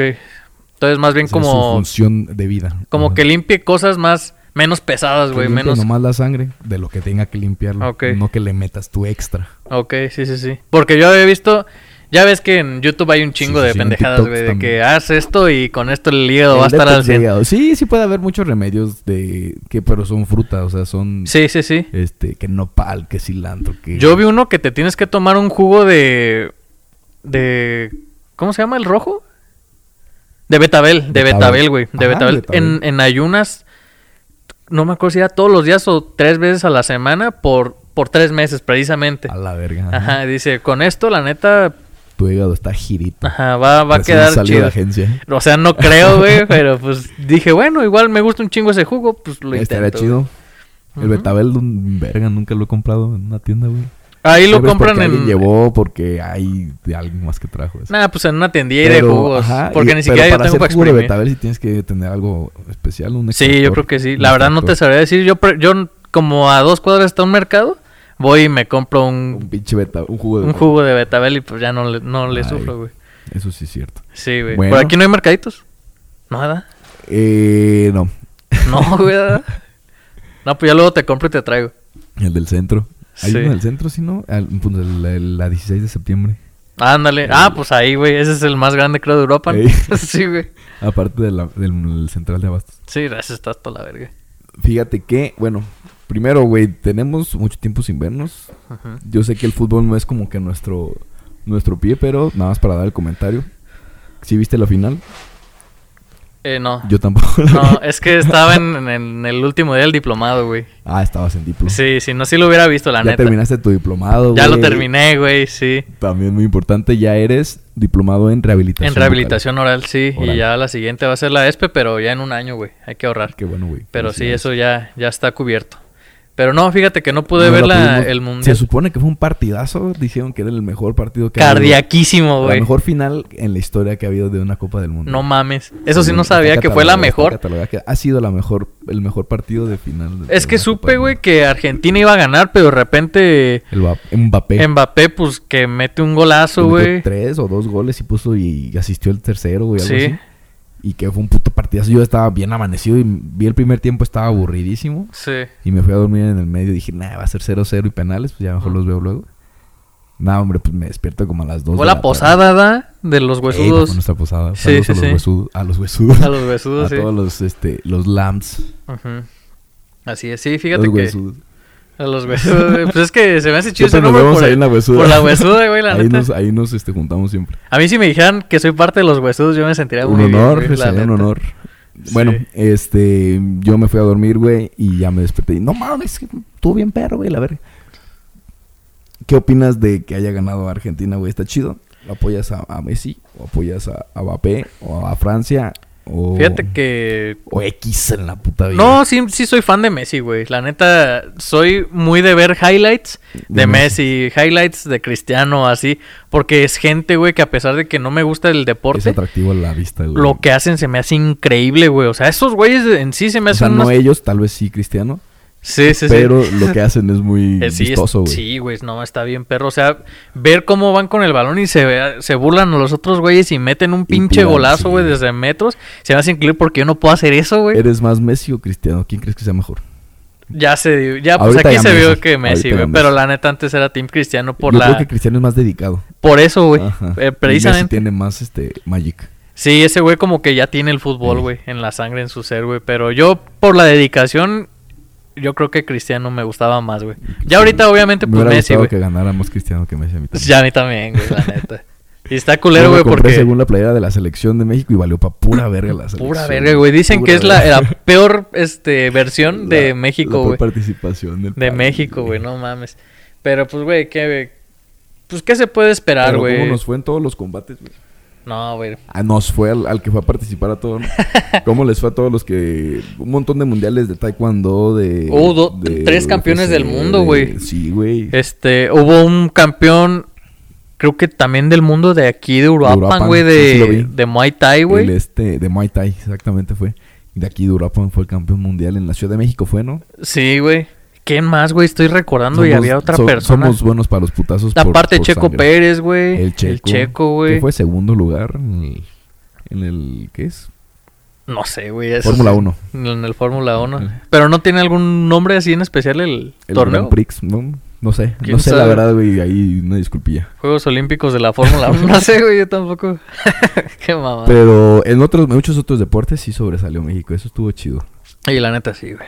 Speaker 2: Entonces más bien
Speaker 1: Esa es su
Speaker 2: como
Speaker 1: función de vida.
Speaker 2: como
Speaker 1: Ajá.
Speaker 2: que limpie cosas más menos pesadas, güey,
Speaker 1: limpia
Speaker 2: menos
Speaker 1: nomás la sangre de lo que tenga que limpiarlo,
Speaker 2: Ok.
Speaker 1: no que le metas tú extra.
Speaker 2: Ok, sí, sí, sí. Porque yo había visto ya ves que en YouTube hay un chingo
Speaker 1: Sí, sí,
Speaker 2: de
Speaker 1: sí, en
Speaker 2: pendejadas,
Speaker 1: TikTok
Speaker 2: güey, de
Speaker 1: también.
Speaker 2: que haz esto y con esto el hígado va a
Speaker 1: El
Speaker 2: estar
Speaker 1: detox
Speaker 2: al 100.
Speaker 1: hígado. Sí, sí puede haber muchos remedios de que pero son frutas, o sea, son
Speaker 2: Sí, sí, sí.
Speaker 1: este que nopal, que cilantro, que
Speaker 2: Yo vi uno que te tienes que tomar un jugo de. de. ¿Cómo se llama el rojo? De betabel, de
Speaker 1: Betabel.
Speaker 2: betabel, güey. De
Speaker 1: Ajá,
Speaker 2: betabel.
Speaker 1: betabel.
Speaker 2: En, en ayunas, no me acuerdo si era todos los días o tres veces a la semana por, por tres meses, precisamente.
Speaker 1: a la verga. ajá.
Speaker 2: Ajá, dice, con esto, la neta,
Speaker 1: Tu hígado está girito.
Speaker 2: ajá, va, va a
Speaker 1: Recién
Speaker 2: quedar
Speaker 1: salido de
Speaker 2: chido.
Speaker 1: agencia.
Speaker 2: O sea, no creo, güey, pero pues dije, bueno, igual me gusta un chingo ese jugo, pues lo
Speaker 1: Estaría
Speaker 2: intento.
Speaker 1: Este, chido. El
Speaker 2: Ujú.
Speaker 1: betabel, un- verga, nunca lo he comprado en una tienda, güey.
Speaker 2: Ahí lo
Speaker 1: Tal vez
Speaker 2: compran
Speaker 1: porque
Speaker 2: en...
Speaker 1: alguien llevó porque hay de alguien más que trajo eso.
Speaker 2: Nada, pues en una tendilla de
Speaker 1: Pero,
Speaker 2: jugos.
Speaker 1: ajá,
Speaker 2: porque
Speaker 1: y-
Speaker 2: ni
Speaker 1: pero
Speaker 2: siquiera yo
Speaker 1: para
Speaker 2: tengo
Speaker 1: hacer
Speaker 2: para
Speaker 1: jugo de
Speaker 2: exprimir.
Speaker 1: betabel si tienes que tener algo especial, un
Speaker 2: Sí, yo
Speaker 1: extractor,
Speaker 2: creo que sí.
Speaker 1: un
Speaker 2: La verdad no te
Speaker 1: extractor.
Speaker 2: sabría decir. Yo, pre- yo como a dos cuadras está un mercado, voy y me compro
Speaker 1: Un
Speaker 2: un,
Speaker 1: pinche beta, un jugo de
Speaker 2: un jugo de betabel y pues ya no le, no le
Speaker 1: Ay.
Speaker 2: sufro, güey.
Speaker 1: Eso sí es cierto.
Speaker 2: Sí, güey.
Speaker 1: Bueno.
Speaker 2: ¿Por aquí no hay mercaditos? Nada.
Speaker 1: Eh, no.
Speaker 2: No, güey. ¿verdad? No, pues ya luego te compro y te traigo.
Speaker 1: El del centro. Hay
Speaker 2: Sí.
Speaker 1: uno del centro, si no. Al- pues, el- el- la 16 de septiembre.
Speaker 2: Ándale. Ah, pues ahí, güey. Ese es el más grande, creo, de Europa. ¿no?
Speaker 1: Ey.
Speaker 2: sí, güey.
Speaker 1: Aparte de la- del central de Abastos.
Speaker 2: Sí, gracias, estás toda la verga.
Speaker 1: Fíjate que, bueno, primero, güey, tenemos mucho tiempo sin vernos.
Speaker 2: Ajá.
Speaker 1: Yo sé que el fútbol no es como que nuestro, nuestro pie, pero nada más para dar el comentario. ¿Sí viste la final?
Speaker 2: Eh, no.
Speaker 1: Yo tampoco.
Speaker 2: No, es que estaba en, en- en el último día del diplomado, güey.
Speaker 1: ah, estabas en diploma.
Speaker 2: Sí, si no, sí lo hubiera visto, la
Speaker 1: ya
Speaker 2: neta.
Speaker 1: terminaste tu diplomado,
Speaker 2: ya lo
Speaker 1: güey.
Speaker 2: terminé, güey, sí.
Speaker 1: También muy importante, ya eres diplomado en rehabilitación.
Speaker 2: En rehabilitación oral, sí.
Speaker 1: Oral.
Speaker 2: Y ya la siguiente va a ser la ESPE, pero ya en un año, güey. Hay que ahorrar.
Speaker 1: vocal. Qué bueno, güey.
Speaker 2: Pero sí,
Speaker 1: Felicidades.
Speaker 2: eso ya, ya está cubierto. Pero no, fíjate que no pude
Speaker 1: No
Speaker 2: ver
Speaker 1: la
Speaker 2: la-
Speaker 1: pudimos-
Speaker 2: el
Speaker 1: Se
Speaker 2: mundial.
Speaker 1: supone que fue un partidazo. Dijeron que era el mejor partido que ha habido.
Speaker 2: Cardiaquísimo,
Speaker 1: La
Speaker 2: güey.
Speaker 1: mejor final en la historia que ha habido de una Copa del Mundo.
Speaker 2: No mames. Eso sí no
Speaker 1: Está
Speaker 2: sabía que fue la
Speaker 1: catalogada, está
Speaker 2: mejor.
Speaker 1: catalogada que ha sido la mejor, el mejor partido de final. de-
Speaker 2: Es
Speaker 1: de
Speaker 2: que
Speaker 1: una Copa
Speaker 2: supe,
Speaker 1: del
Speaker 2: güey,
Speaker 1: Mundo.
Speaker 2: que Argentina iba a ganar, pero de repente
Speaker 1: El Ba- Mbappé.
Speaker 2: Mbappé, pues, que mete un golazo,
Speaker 1: metió
Speaker 2: güey.
Speaker 1: Tres o dos goles y puso y, asistió el tercero, güey. Algo
Speaker 2: Sí.
Speaker 1: así. Y que fue un puto partidazo. Yo estaba bien amanecido y vi el primer tiempo, estaba aburridísimo.
Speaker 2: Sí.
Speaker 1: Y me fui a dormir en el medio y dije, nah, va a ser 0-0 y penales, pues ya mejor los veo luego. Nah, hombre, pues me despierto como a las 2.
Speaker 2: Fue la posada, ¿da? De los
Speaker 1: Ey, pues,
Speaker 2: huesudos.
Speaker 1: fue nuestra posada.
Speaker 2: Sí,
Speaker 1: Saludos a
Speaker 2: sí,
Speaker 1: los
Speaker 2: sí.
Speaker 1: huesudos. A los huesudos.
Speaker 2: A los huesudos,
Speaker 1: a
Speaker 2: sí.
Speaker 1: todos los, este, los lambs.
Speaker 2: Ujú. Así es, sí, fíjate
Speaker 1: los
Speaker 2: que.
Speaker 1: huesudos.
Speaker 2: A los huesudos, güey. Pues es que se me hace chido ese
Speaker 1: Siempre nos
Speaker 2: nombre
Speaker 1: vemos
Speaker 2: por,
Speaker 1: ahí en la huesuda.
Speaker 2: por la huesuda, güey, la
Speaker 1: ahí,
Speaker 2: neta.
Speaker 1: nos, ahí nos este, juntamos siempre.
Speaker 2: A mí si me dijeran que soy parte de los huesudos, yo me sentiría
Speaker 1: Un
Speaker 2: muy bien,
Speaker 1: honor, pues,
Speaker 2: güey, la
Speaker 1: sería un
Speaker 2: neta.
Speaker 1: honor.
Speaker 2: Sí.
Speaker 1: Bueno, este, yo me fui a dormir, güey, y ya me desperté. Y no mames, que estuvo bien perro, güey, la verga. ¿Qué opinas de que haya ganado Argentina, güey? ¿Está chido? ¿Apoyas a, a Messi? ¿O apoyas a, a Mbappé? ¿O a Francia? O,
Speaker 2: Fíjate que
Speaker 1: o X en la puta vida.
Speaker 2: No, sí, sí soy fan de Messi, güey. La neta, soy muy de ver highlights de,
Speaker 1: De
Speaker 2: Messi, highlights de Cristiano, así. Porque es gente, güey, que a pesar de que no me gusta el
Speaker 1: es
Speaker 2: deporte,
Speaker 1: atractivo a la vista, güey.
Speaker 2: lo que hacen se me hace increíble, güey. O sea, esos güeyes en sí se me
Speaker 1: o sea,
Speaker 2: hacen
Speaker 1: no
Speaker 2: unas-
Speaker 1: ellos, tal vez sí, Cristiano.
Speaker 2: Sí, sí, sí.
Speaker 1: pero lo que hacen es muy
Speaker 2: Eh, sí, es-
Speaker 1: vistoso, güey.
Speaker 2: Sí, güey, no, está bien, perro. O sea, ver cómo van con el balón y se, ve- se burlan a los otros güeyes y meten un pinche
Speaker 1: tiran,
Speaker 2: golazo,
Speaker 1: sí.
Speaker 2: güey, desde metros. Se me hace increíble porque yo no puedo hacer eso, güey.
Speaker 1: ¿Eres más Messi o Cristiano? ¿Quién crees que sea mejor?
Speaker 2: Ya se dio- ya pues
Speaker 1: Ahorita
Speaker 2: aquí
Speaker 1: ya
Speaker 2: se
Speaker 1: Messi.
Speaker 2: vio que Messi,
Speaker 1: Ahorita ya
Speaker 2: güey,
Speaker 1: Messi.
Speaker 2: pero la neta antes era Team Cristiano por
Speaker 1: Yo
Speaker 2: la
Speaker 1: creo que Cristiano es más dedicado.
Speaker 2: por eso, güey.
Speaker 1: Ajá. Y
Speaker 2: Eh,
Speaker 1: Messi
Speaker 2: precisamente.
Speaker 1: tiene más este Magic.
Speaker 2: Sí, ese güey como que ya tiene el fútbol,
Speaker 1: Sí.
Speaker 2: güey, en la sangre, en su ser, güey, pero yo por la dedicación yo creo que Cristiano me gustaba más, güey. Ya ahorita obviamente
Speaker 1: Me
Speaker 2: pues
Speaker 1: hubiera
Speaker 2: Messi,
Speaker 1: gustado
Speaker 2: güey.
Speaker 1: que ganara más Cristiano que Messi a mí también.
Speaker 2: Ya a mí también, güey, la neta. Y está
Speaker 1: Yo
Speaker 2: culero,
Speaker 1: me
Speaker 2: güey,
Speaker 1: compré
Speaker 2: porque
Speaker 1: según la playera de la selección de México y valió para pura verga la selección.
Speaker 2: pura verga, güey. Dicen
Speaker 1: Pura
Speaker 2: que es la,
Speaker 1: verga.
Speaker 2: la peor este versión de
Speaker 1: La- la
Speaker 2: México,
Speaker 1: peor
Speaker 2: güey.
Speaker 1: participación del
Speaker 2: De
Speaker 1: país,
Speaker 2: México, güey, no mames. Pero pues güey, qué pues qué se puede esperar,
Speaker 1: Pero
Speaker 2: güey.
Speaker 1: ¿Cómo nos fue en todos los combates, güey?
Speaker 2: No, güey.
Speaker 1: Ah, nos fue al, al que fue a participar a todos. ¿no? ¿Cómo les fue a todos los que... Un montón de mundiales de taekwondo, de...
Speaker 2: Oh, do-
Speaker 1: de
Speaker 2: tres campeones del mundo,
Speaker 1: de-
Speaker 2: güey.
Speaker 1: Sí, güey.
Speaker 2: Este, hubo un campeón, creo que también del mundo de aquí, de Uruapan,
Speaker 1: Uruapan,
Speaker 2: güey, de,
Speaker 1: sí, sí lo vi.
Speaker 2: de Muay Thai,
Speaker 1: El
Speaker 2: güey.
Speaker 1: este, de Muay Thai, exactamente fue. De aquí de Uruapan fue el campeón mundial en la Ciudad de México, fue, ¿no?
Speaker 2: Sí, güey. ¿Quién más, güey? Estoy recordando y
Speaker 1: Somos-
Speaker 2: había otra
Speaker 1: so-
Speaker 2: persona.
Speaker 1: Somos buenos para los putazos. por-
Speaker 2: Aparte,
Speaker 1: por
Speaker 2: Checo
Speaker 1: sangre.
Speaker 2: Pérez, güey.
Speaker 1: El Checo.
Speaker 2: güey.
Speaker 1: Que fue segundo lugar en el. En el ¿Qué es?
Speaker 2: No sé, güey. eso
Speaker 1: Fórmula
Speaker 2: sí.
Speaker 1: 1.
Speaker 2: En el Fórmula 1.
Speaker 1: Ajá.
Speaker 2: Pero no tiene algún nombre así en especial el,
Speaker 1: El
Speaker 2: torneo.
Speaker 1: Grand Prix, ¿no? No sé.
Speaker 2: ¿Quién
Speaker 1: No sé, la
Speaker 2: sabe?
Speaker 1: verdad, güey. Ahí una disculpilla.
Speaker 2: Juegos Olímpicos de la Fórmula 1. no sé, güey, yo tampoco. Qué mamada.
Speaker 1: Pero en otros, muchos otros deportes sí sobresalió México. Eso estuvo chido.
Speaker 2: Y la neta sí, güey.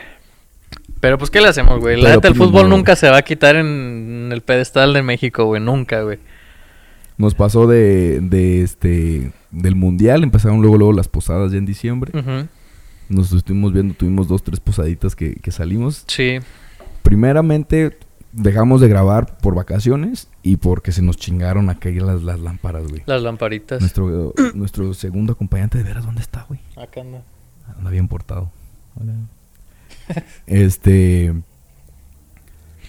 Speaker 2: Pero pues, ¿qué le hacemos, güey? La
Speaker 1: Pero,
Speaker 2: neta, el
Speaker 1: pues, ni
Speaker 2: fútbol
Speaker 1: modo,
Speaker 2: nunca se va a quitar en el pedestal de México, güey. Nunca, güey.
Speaker 1: Nos pasó de, de este. Del mundial. Empezaron luego, luego las posadas ya en diciembre.
Speaker 2: Ujú.
Speaker 1: Nos estuvimos viendo, tuvimos dos, tres posaditas que, que salimos.
Speaker 2: Sí.
Speaker 1: Primeramente, dejamos de grabar por vacaciones y porque se nos chingaron acá las, las lámparas, güey.
Speaker 2: Las lamparitas.
Speaker 1: Nuestro, nuestro segundo acompañante de veras, ¿dónde está, güey?
Speaker 2: Acá anda.
Speaker 1: Anda bien portado. Hola. Este.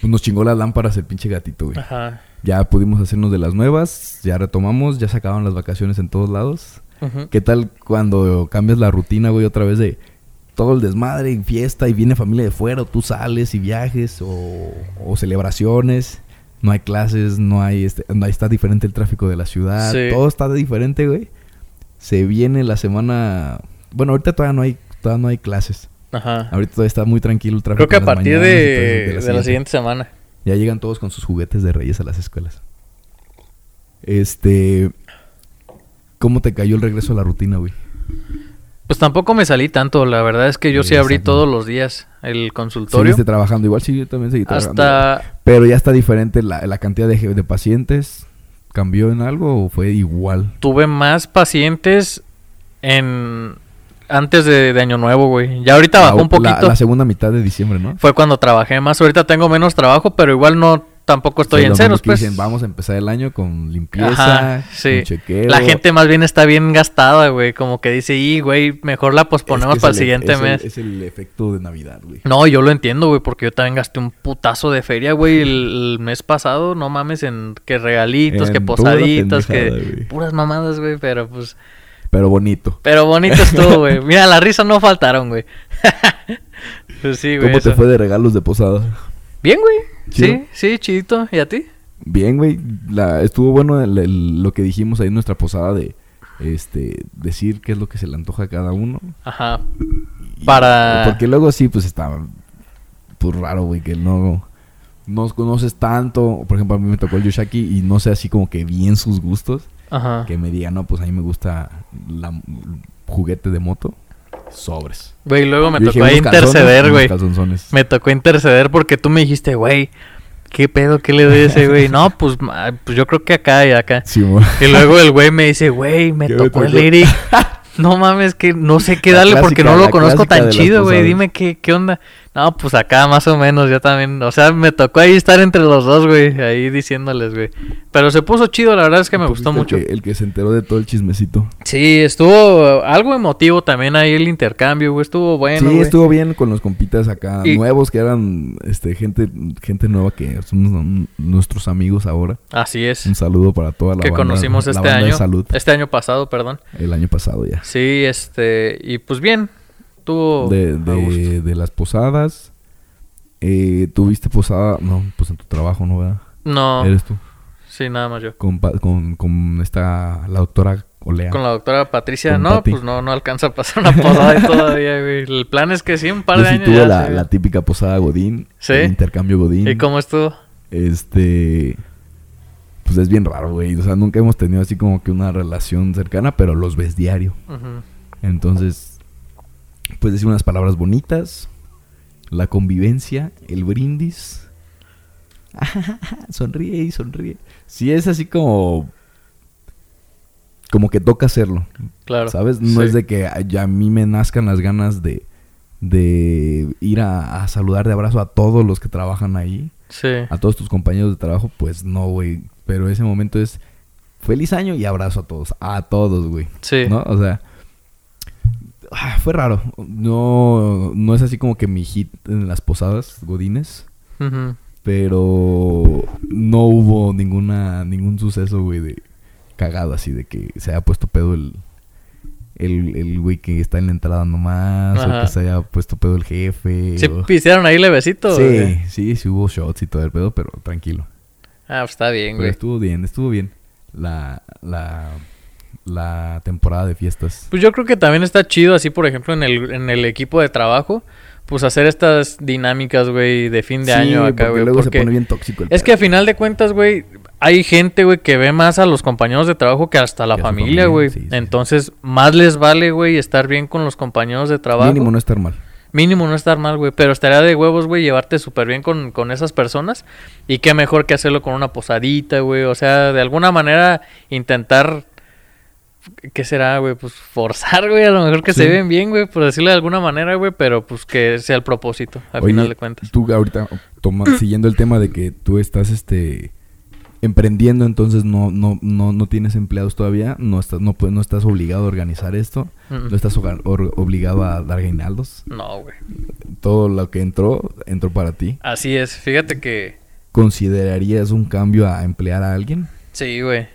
Speaker 1: Pues nos chingó las lámparas el pinche gatito, güey.
Speaker 2: Ajá.
Speaker 1: Ya pudimos hacernos de las nuevas, ya retomamos, ya se acabaron las vacaciones en todos lados.
Speaker 2: Ujú.
Speaker 1: ¿Qué tal cuando cambias la rutina, güey, otra vez de todo el desmadre y fiesta y viene familia de fuera, o tú sales y viajes o, o celebraciones? No hay clases, no hay este, no, ahí está diferente el tráfico de la ciudad,
Speaker 2: Sí.
Speaker 1: todo está diferente, güey. Se viene la semana, bueno, ahorita todavía no hay todavía no hay clases.
Speaker 2: Ajá.
Speaker 1: Ahorita todavía está muy tranquilo el tráfico.
Speaker 2: Creo que a
Speaker 1: en las
Speaker 2: partir
Speaker 1: mañanas y
Speaker 2: de,
Speaker 1: todo eso,
Speaker 2: de la siguiente semana.
Speaker 1: ya llegan todos con sus juguetes de reyes a las escuelas. Este. ¿Cómo te cayó el regreso a la rutina, güey?
Speaker 2: Pues tampoco me salí tanto. La verdad es que yo sí
Speaker 1: Sí,
Speaker 2: abrí
Speaker 1: exacto.
Speaker 2: todos los días el consultorio.
Speaker 1: Seguiste trabajando igual, sí, yo también seguí trabajando.
Speaker 2: Hasta.
Speaker 1: Pero ya está diferente la, la cantidad de, je- de pacientes. ¿Cambió en algo o fue igual?
Speaker 2: tuve más pacientes en antes de, de Año Nuevo, güey. Ya ahorita bajó
Speaker 1: Ah, La-
Speaker 2: un poquito.
Speaker 1: La, la segunda mitad de diciembre, ¿no?
Speaker 2: Fue cuando trabajé más. Ahorita tengo menos trabajo, pero igual no tampoco estoy
Speaker 1: Fue lo
Speaker 2: en ceros,
Speaker 1: mismo que
Speaker 2: pues.
Speaker 1: Dicen, vamos a empezar el año con limpieza,
Speaker 2: Ajá, sí.
Speaker 1: con chequeo.
Speaker 2: La gente más bien está bien gastada, güey. Como que dice, y, güey, mejor la
Speaker 1: Es
Speaker 2: posponemos
Speaker 1: que es e-
Speaker 2: para el siguiente
Speaker 1: es
Speaker 2: mes.
Speaker 1: es el efecto de Navidad, güey.
Speaker 2: No, yo lo entiendo, güey, porque yo también gasté un putazo de feria, güey, el, el mes pasado, no mames, en que regalitos, que
Speaker 1: En pura
Speaker 2: posaditas, que
Speaker 1: pendejada, güey.
Speaker 2: puras mamadas, güey, pero pues
Speaker 1: Pero bonito.
Speaker 2: Pero bonito estuvo, güey. Mira, las risas no faltaron, güey. pues sí, güey.
Speaker 1: ¿Cómo te
Speaker 2: eso.
Speaker 1: fue de regalos de posada?
Speaker 2: Bien, güey.
Speaker 1: ¿Chido?
Speaker 2: Sí, sí, chidito. ¿Y a ti?
Speaker 1: Bien, güey. La, estuvo bueno el- el- lo que dijimos ahí en nuestra posada de este decir qué es lo que se le antoja a cada uno.
Speaker 2: Ajá.
Speaker 1: Y-
Speaker 2: Para-
Speaker 1: Porque luego sí, pues está... Pues raro, güey, que no... No conoces tanto. Por ejemplo, a mí me tocó el Yoshaki y no sé así como que bien sus gustos.
Speaker 2: Ajá.
Speaker 1: Que me diga, no, pues a mí me gusta la juguete de moto. Sobres.
Speaker 2: Güey, luego me
Speaker 1: Yo dije,
Speaker 2: tocó ahí
Speaker 1: unos calzones,
Speaker 2: interceder,
Speaker 1: unos
Speaker 2: güey.
Speaker 1: calzonzones.
Speaker 2: Me tocó interceder porque tú me dijiste, güey, ¿qué pedo? ¿Qué le doy a ese güey? No, pues, ma- pues yo creo que acá y acá.
Speaker 1: Sí, mo-
Speaker 2: Y luego el güey me dice, güey, me
Speaker 1: ¿Qué
Speaker 2: tocó,
Speaker 1: me
Speaker 2: el
Speaker 1: tocó?
Speaker 2: lyric. No mames, que no sé qué
Speaker 1: La
Speaker 2: darle porque
Speaker 1: clásica-
Speaker 2: no lo
Speaker 1: la
Speaker 2: conozco
Speaker 1: clásica
Speaker 2: tan
Speaker 1: de las
Speaker 2: chido, güey.
Speaker 1: posadas.
Speaker 2: Dime qué, qué onda. No, pues acá más o menos, ya también. O sea, me tocó ahí estar entre los dos, güey. Ahí diciéndoles, güey. Pero se puso chido, la verdad es que me gustó
Speaker 1: Fuiste el
Speaker 2: mucho.
Speaker 1: que- el que se enteró de todo el chismecito.
Speaker 2: Sí, estuvo algo emotivo también ahí el intercambio, güey. Estuvo bueno,
Speaker 1: sí,
Speaker 2: güey.
Speaker 1: estuvo bien con los compitas acá
Speaker 2: Y-
Speaker 1: nuevos que eran este gente gente nueva que son n- nuestros amigos ahora.
Speaker 2: Así es.
Speaker 1: Un saludo para toda la
Speaker 2: Que
Speaker 1: banda-
Speaker 2: conocimos
Speaker 1: la
Speaker 2: este
Speaker 1: banda de
Speaker 2: año.
Speaker 1: salud
Speaker 2: Este año pasado, perdón.
Speaker 1: el año pasado ya.
Speaker 2: Sí, este. Y pues bien. Estuvo.
Speaker 1: De,
Speaker 2: Oh, a gusto.
Speaker 1: de, de las posadas. Eh, Tuviste posada, no, pues en tu trabajo, ¿no? ¿Verdad?
Speaker 2: No,
Speaker 1: Eres tú.
Speaker 2: sí, nada más yo.
Speaker 1: Con, pa- con, con esta, la doctora Olea.
Speaker 2: Con la doctora Patricia,
Speaker 1: Con
Speaker 2: no,
Speaker 1: Pati.
Speaker 2: pues no, no alcanza a pasar una posada ahí todavía, güey. El plan es que sí, un par
Speaker 1: Yo
Speaker 2: de
Speaker 1: sí
Speaker 2: años.
Speaker 1: tuve
Speaker 2: ya,
Speaker 1: la,
Speaker 2: sí.
Speaker 1: la típica posada Godín.
Speaker 2: Sí.
Speaker 1: el intercambio Godín.
Speaker 2: ¿Y cómo estuvo?
Speaker 1: Este. Pues es bien raro, güey. O sea, nunca hemos tenido así como que una relación cercana, pero los ves diario.
Speaker 2: Ujú.
Speaker 1: Entonces, pues decir unas palabras bonitas. La convivencia, el brindis. sonríe y sonríe. Sí, es así como. Como que toca hacerlo.
Speaker 2: Claro.
Speaker 1: ¿Sabes? No
Speaker 2: Sí.
Speaker 1: es de que a, ya a mí me nazcan las ganas de, de ir a, a saludar de abrazo a todos los que trabajan ahí,
Speaker 2: Sí.
Speaker 1: a todos tus compañeros de trabajo, pues no, güey. Pero ese momento es feliz año y abrazo a todos, a todos, güey.
Speaker 2: Sí.
Speaker 1: ¿No? O sea, ah, fue raro. No, no es así como que mi hit en las posadas, Godines.
Speaker 2: Ujú.
Speaker 1: Pero no hubo ninguna ningún suceso, güey, de cagado así de que se haya puesto pedo el el, el güey que está en la entrada nomás o
Speaker 2: Ajá.
Speaker 1: que se haya puesto pedo el jefe.
Speaker 2: ¿Sí
Speaker 1: o-
Speaker 2: pistearon ahí levecito?
Speaker 1: sí,
Speaker 2: güey?
Speaker 1: sí, sí hubo shots y todo el pedo, pero tranquilo.
Speaker 2: Ah, pues está bien,
Speaker 1: Pero
Speaker 2: güey.
Speaker 1: estuvo bien, estuvo bien la la la temporada de fiestas.
Speaker 2: Pues yo creo que también está chido, así por ejemplo, en el, en el equipo de trabajo, pues hacer estas dinámicas, güey, de fin de
Speaker 1: Sí,
Speaker 2: año acá,
Speaker 1: porque
Speaker 2: güey.
Speaker 1: luego
Speaker 2: porque
Speaker 1: se pone bien tóxico el
Speaker 2: es
Speaker 1: pedo.
Speaker 2: que a final de cuentas, güey, hay gente, güey, que ve más a los compañeros de trabajo que hasta la
Speaker 1: Que a su
Speaker 2: familia,
Speaker 1: familia,
Speaker 2: güey.
Speaker 1: sí, sí.
Speaker 2: Entonces, más les vale, güey, estar bien con los compañeros de trabajo.
Speaker 1: mínimo no estar mal.
Speaker 2: Mínimo no estar mal, güey. Pero estaría de huevos, güey, llevarte súper bien con, con esas personas. Y qué mejor que hacerlo con una posadita, güey. O sea, de alguna manera intentar. ¿Qué será, güey? Pues forzar, güey. A lo mejor que se
Speaker 1: Sí.
Speaker 2: ven bien, güey. Por decirlo de alguna manera, güey. Pero pues que sea el propósito, al
Speaker 1: Oye,
Speaker 2: final de cuentas.
Speaker 1: Tú ahorita, toma- siguiendo el tema de que tú estás este emprendiendo, entonces no, no, no, no tienes empleados todavía, no estás, no, puedes- no estás obligado a organizar esto,
Speaker 2: Mm.
Speaker 1: no estás oga- or- obligado a dar aguinaldos.
Speaker 2: No, güey.
Speaker 1: Todo lo que entró, entró para ti.
Speaker 2: Así es. Fíjate que.
Speaker 1: ¿Considerarías un cambio a emplear a alguien?
Speaker 2: Sí, güey.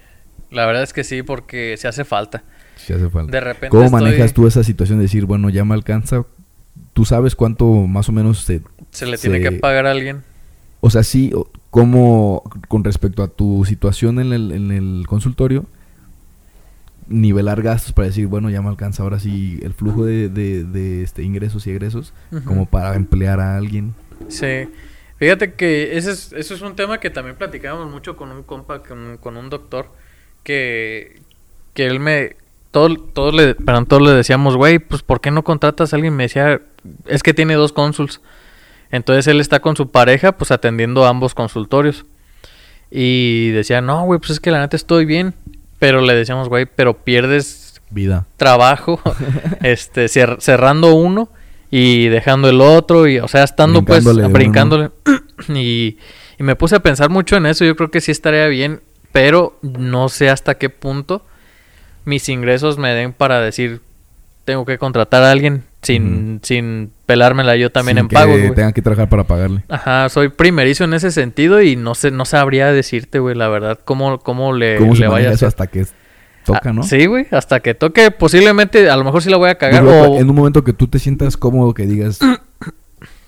Speaker 2: La verdad es que sí, porque se hace falta.
Speaker 1: Si hace falta.
Speaker 2: De repente.
Speaker 1: ¿Cómo
Speaker 2: estoy-
Speaker 1: manejas tú esa situación de decir, bueno, ya me alcanza? ¿Tú sabes cuánto más o menos se
Speaker 2: Se le tiene
Speaker 1: se-
Speaker 2: que pagar a alguien.
Speaker 1: O sea, sí, o- como con respecto a tu situación en el, en el consultorio, nivelar gastos para decir, bueno, ya me alcanza ahora sí el flujo de, de- de, este, ingresos y egresos,
Speaker 2: Ujú.
Speaker 1: como para emplear a alguien.
Speaker 2: Sí. Fíjate que ese es, eso es un tema que también platicábamos mucho con un compa, con, con un doctor, que, que él me... Todos todo le, perdón, todos le decíamos, güey, pues ¿por qué no contratas a alguien? Me decía, es que tiene dos cónsuls. Entonces él está con su pareja, pues atendiendo ambos consultorios. Y decía, no, güey, pues es que la neta estoy bien. Pero le decíamos, güey, pero pierdes
Speaker 1: Vida.
Speaker 2: trabajo este cer- cerrando uno y dejando el otro y o sea estando
Speaker 1: Brincándole
Speaker 2: pues
Speaker 1: uno.
Speaker 2: brincándole y, y me puse a pensar mucho en eso yo creo que sí estaría bien pero no sé hasta qué punto mis ingresos me den para decir tengo que contratar a alguien sin sin pelármela yo también
Speaker 1: Sin
Speaker 2: en pago
Speaker 1: Que
Speaker 2: güey.
Speaker 1: tengan que trabajar para pagarle.
Speaker 2: Ajá, soy primerizo en ese sentido y no sé, no sabría decirte, güey, la verdad, cómo, cómo le,
Speaker 1: ¿Cómo se
Speaker 2: Eh, le vaya
Speaker 1: maneja
Speaker 2: a
Speaker 1: eso
Speaker 2: hacer.
Speaker 1: hasta que toca,
Speaker 2: Ah,
Speaker 1: no?
Speaker 2: Sí, güey, hasta que toque, posiblemente, a lo mejor sí la voy a
Speaker 1: Yo
Speaker 2: cagar.
Speaker 1: creo
Speaker 2: o-
Speaker 1: que En un momento que tú te sientas cómodo, que digas,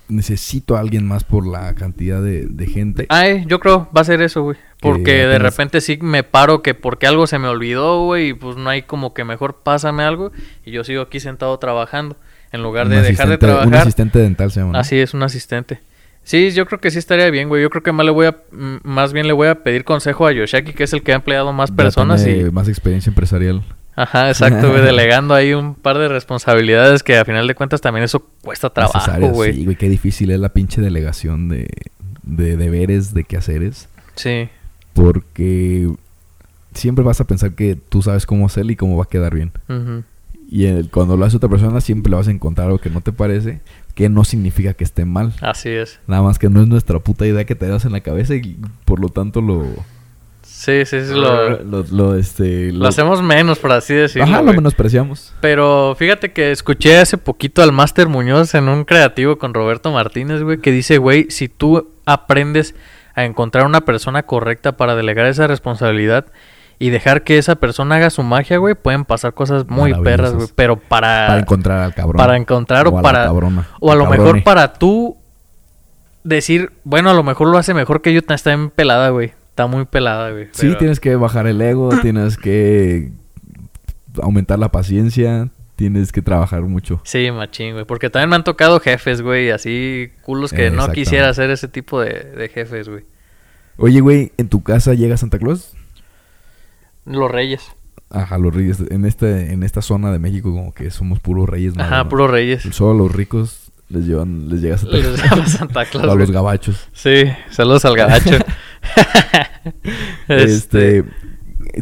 Speaker 1: necesito a alguien más por la cantidad de, de gente.
Speaker 2: Ay, yo creo va a ser eso, güey. Porque de
Speaker 1: apenas-
Speaker 2: repente sí me paro que porque algo se me olvidó, güey, y pues no hay como que mejor pásame algo y yo sigo aquí sentado trabajando en lugar
Speaker 1: Un
Speaker 2: de dejar
Speaker 1: asistente-
Speaker 2: de
Speaker 1: Un
Speaker 2: trabajar.
Speaker 1: asistente dental se llama. ¿no?
Speaker 2: Así es, un asistente. Sí, yo creo que sí estaría bien, güey. Yo creo que más le voy a m- más bien le voy a pedir consejo a Yoshaki, que es el que ha empleado más
Speaker 1: Ya
Speaker 2: personas y
Speaker 1: tiene Más experiencia empresarial.
Speaker 2: Ajá, exacto, güey, delegando ahí un par de responsabilidades que a final de cuentas también eso cuesta trabajo,
Speaker 1: necesarias,
Speaker 2: güey.
Speaker 1: Sí, güey, qué difícil es la pinche delegación de, de deberes, de quehaceres.
Speaker 2: sí.
Speaker 1: Porque siempre vas a pensar que tú sabes cómo hacer y cómo va a quedar bien.
Speaker 2: ujú.
Speaker 1: Y el- cuando lo hace otra persona, siempre le vas a encontrar algo que no te parece, que no significa que esté mal.
Speaker 2: Así es.
Speaker 1: Nada más que no es nuestra puta idea que tenemos en la cabeza y por lo tanto lo.
Speaker 2: Sí, sí, sí, lo,
Speaker 1: lo, lo, este,
Speaker 2: lo
Speaker 1: lo-
Speaker 2: hacemos menos, por así decirlo.
Speaker 1: Ajá, lo
Speaker 2: güey.
Speaker 1: menospreciamos.
Speaker 2: Pero fíjate que escuché hace poquito al Máster Muñoz en un creativo con Roberto Martínez, güey, que dice, güey, si tú aprendes a encontrar una persona correcta para delegar esa responsabilidad y dejar que esa persona haga su magia, güey, pueden pasar cosas muy perras,
Speaker 1: Maravillosas.
Speaker 2: güey, pero para...
Speaker 1: Para encontrar al cabrón.
Speaker 2: Ah, para encontrar o,
Speaker 1: a la
Speaker 2: para...
Speaker 1: cabrona,
Speaker 2: o a
Speaker 1: al
Speaker 2: lo mejor
Speaker 1: cabrone.
Speaker 2: para tú decir, bueno, a lo mejor lo hace mejor que yo, está bien pelada, güey. Está muy pelada, güey.
Speaker 1: Sí,
Speaker 2: pero-
Speaker 1: tienes que bajar el ego, tienes que aumentar la paciencia, tienes que trabajar mucho.
Speaker 2: Sí, machín, güey. Porque también me han tocado jefes, güey. Así culos que no
Speaker 1: Eh, Exactamente.
Speaker 2: quisiera ser ese tipo de, de jefes, güey.
Speaker 1: Oye, güey, ¿en tu casa llega Santa Claus?
Speaker 2: Los reyes.
Speaker 1: Ajá, los reyes. En, este, en esta zona de México como que somos puros reyes. ¿no?
Speaker 2: Ajá, puros reyes.
Speaker 1: Solo a los ricos les, llevan, les llega Santa
Speaker 2: Les
Speaker 1: Claus.
Speaker 2: llama Santa
Speaker 1: O
Speaker 2: Claus.
Speaker 1: a
Speaker 2: güey.
Speaker 1: los gabachos.
Speaker 2: Sí, saludos al gabacho.
Speaker 1: Este...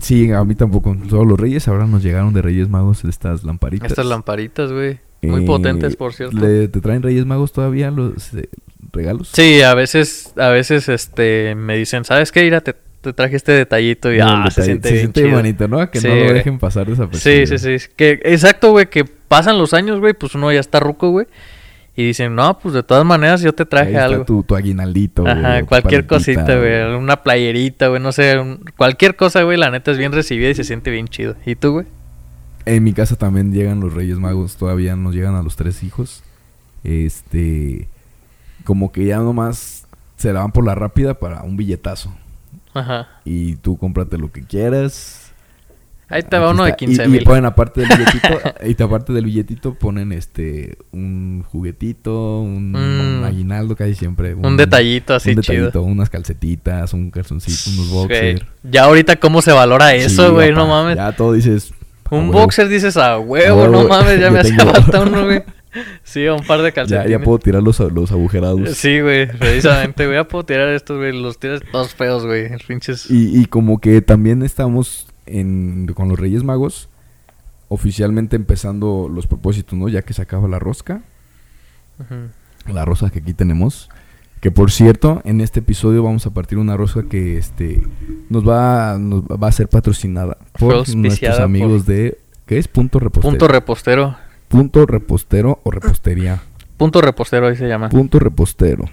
Speaker 1: Sí, a mí tampoco. Solo los reyes. Ahora nos llegaron de reyes magos estas lamparitas.
Speaker 2: Estas lamparitas, güey. Muy
Speaker 1: Eh,
Speaker 2: potentes, por cierto.
Speaker 1: le- ¿Te traen reyes magos todavía los eh, regalos?
Speaker 2: Sí, a veces, a veces, este, me dicen, ¿sabes qué, Ira? Te, te traje este detallito y,
Speaker 1: No, el
Speaker 2: ah, se
Speaker 1: detalle-
Speaker 2: siente bien chido".
Speaker 1: bonito, pues ¿no? Que
Speaker 2: Sí,
Speaker 1: no lo
Speaker 2: güey.
Speaker 1: dejen pasar
Speaker 2: Sí,
Speaker 1: desapercibido.
Speaker 2: sí, sí. Que, exacto, güey, que pasan los años, güey, pues uno ya está ruco, güey. Y dicen, no, pues de todas maneras yo te
Speaker 1: Ahí
Speaker 2: traje
Speaker 1: está
Speaker 2: algo.
Speaker 1: Tu, tu aguinaldito, güey,
Speaker 2: Ajá,
Speaker 1: tu
Speaker 2: cualquier
Speaker 1: paletita,
Speaker 2: cosita, güey. Una playerita, güey, no sé. un- cualquier cosa, güey, la neta es bien recibida y se siente bien chido. ¿Y tú, güey?
Speaker 1: En mi casa también llegan los Reyes Magos, todavía nos llegan a los tres hijos. Este. Como que ya nomás se la van por la rápida para un billetazo.
Speaker 2: Ajá.
Speaker 1: Y tú cómprate lo que quieras.
Speaker 2: Ahí te
Speaker 1: Aquí
Speaker 2: va uno de
Speaker 1: está. Y-
Speaker 2: 15
Speaker 1: y,
Speaker 2: mil.
Speaker 1: ponen aparte del billetito, y te- aparte del billetito ponen este un juguetito, un,
Speaker 2: Mm.
Speaker 1: un aguinaldo casi siempre.
Speaker 2: Un detallito así
Speaker 1: un
Speaker 2: chido.
Speaker 1: detallito, unas calcetitas, un calzoncito, unos
Speaker 2: Güey,
Speaker 1: boxers.
Speaker 2: Ya ahorita cómo se valora eso, güey, no mames.
Speaker 1: Ya todo dices. a
Speaker 2: Un
Speaker 1: huevo,
Speaker 2: boxer dices a huevo,
Speaker 1: huevo,
Speaker 2: no
Speaker 1: güey.
Speaker 2: mames, ya
Speaker 1: Ya
Speaker 2: me hace
Speaker 1: tengo.
Speaker 2: falta uno, güey. Sí, un par de
Speaker 1: Ya,
Speaker 2: calcetines.
Speaker 1: ya puedo tirar los, los agujerados.
Speaker 2: Sí, güey, precisamente, güey, ya puedo tirar estos, güey, los tiras todos feos, güey, pinches.
Speaker 1: Y, y como que también estamos en, con los Reyes Magos, oficialmente empezando los propósitos, ¿no? Ya que se acaba la rosca,
Speaker 2: Ujú.
Speaker 1: la rosa que aquí tenemos. Que por cierto, en este episodio vamos a partir una rosa que este nos va, nos va a ser patrocinada
Speaker 2: Fue
Speaker 1: por
Speaker 2: auspiciada
Speaker 1: nuestros amigos de. ¿Qué es? Punto repostero.
Speaker 2: Punto repostero.
Speaker 1: Punto repostero o repostería.
Speaker 2: Punto repostero, ahí se llama.
Speaker 1: Punto repostero.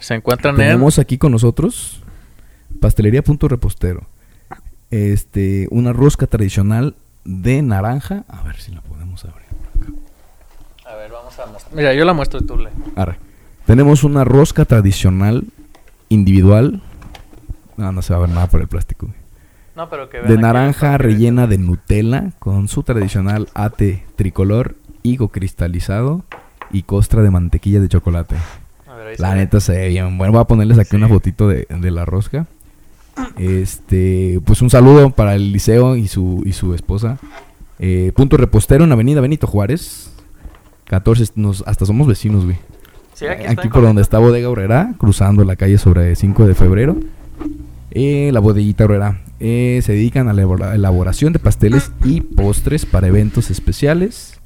Speaker 2: Se encuentran
Speaker 1: Tenemos aquí con nosotros Pastelería Punto Repostero. Este, una rosca tradicional de naranja. A ver si la podemos abrir.
Speaker 2: en... A ver, vamos a mostrar. Mira, yo la muestro y tú le.
Speaker 1: Arre. Tenemos una rosca tradicional individual. No, no se va a ver nada por el plástico. güey.
Speaker 2: No, pero que vean
Speaker 1: De
Speaker 2: aquí
Speaker 1: naranja
Speaker 2: los papeles.
Speaker 1: rellena de Nutella con su tradicional ate tricolor, higo cristalizado y costra de mantequilla de chocolate.
Speaker 2: A ver, ahí
Speaker 1: La
Speaker 2: se ve.
Speaker 1: neta se ve bien. Bueno, voy a ponerles aquí
Speaker 2: Sí.
Speaker 1: una fotito de, de la rosca. Este, pues un saludo para el liceo y su, y su esposa. Eh, punto repostero en Avenida Benito Juárez. 14, nos, hasta somos vecinos, güey.
Speaker 2: Sí,
Speaker 1: Eh, aquí
Speaker 2: está en
Speaker 1: por donde
Speaker 2: correcto.
Speaker 1: está Bodega Obrera, cruzando la calle sobre 5 de febrero. Eh, la bodeguita Obrera. Eh, se dedican a la elabora- elaboración de pasteles y postres para eventos especiales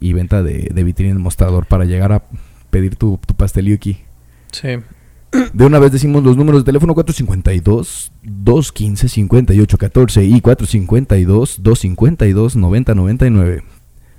Speaker 1: y venta de, de vitrina en el mostrador para llegar a pedir tu, tu pastelillo aquí.
Speaker 2: Sí.
Speaker 1: De una vez decimos los números de teléfono 452-215-5814 y 452-252-9099.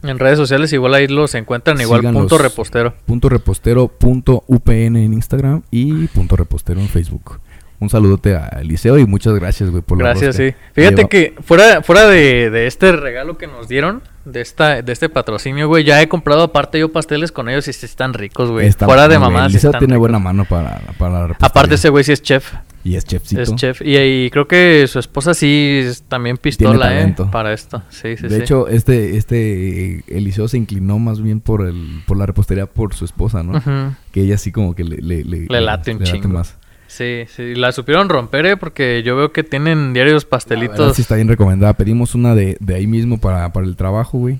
Speaker 2: En redes sociales igual ahí los encuentran igual
Speaker 1: Síganlos.
Speaker 2: punto repostero.
Speaker 1: Punto repostero punto UPN en Instagram y punto repostero en Facebook. Un saludote a Eliseo y muchas gracias, güey, por la
Speaker 2: Gracias,
Speaker 1: rosca.
Speaker 2: sí. Fíjate
Speaker 1: Lleva-
Speaker 2: que fuera, fuera de, de este regalo que nos dieron, de esta, de este patrocinio, güey, ya he comprado aparte yo pasteles con ellos y sí están ricos, güey.
Speaker 1: está
Speaker 2: fuera de
Speaker 1: muy bien.
Speaker 2: mamadas sí
Speaker 1: Eliseo
Speaker 2: están
Speaker 1: tiene
Speaker 2: ricos.
Speaker 1: buena mano para, para la repostería.
Speaker 2: Aparte ese güey sí es chef.
Speaker 1: Y es chefcito.
Speaker 2: Es chef. Y, ahí creo que su esposa sí es también pistola, ¿eh?
Speaker 1: talento.
Speaker 2: Para esto. Sí, sí,
Speaker 1: de
Speaker 2: sí.
Speaker 1: hecho, este, este eh, Eliseo se inclinó más bien por, el, por la repostería por su esposa, ¿no?
Speaker 2: Ujú.
Speaker 1: Que ella sí como que le... Le, le,
Speaker 2: Le late un chingo.
Speaker 1: más.
Speaker 2: Sí, sí. La supieron romper, ¿eh? Porque yo veo que tienen diarios
Speaker 1: La verdad
Speaker 2: pastelitos.
Speaker 1: sí está bien recomendada. Pedimos una de, de ahí mismo para, para el trabajo, güey.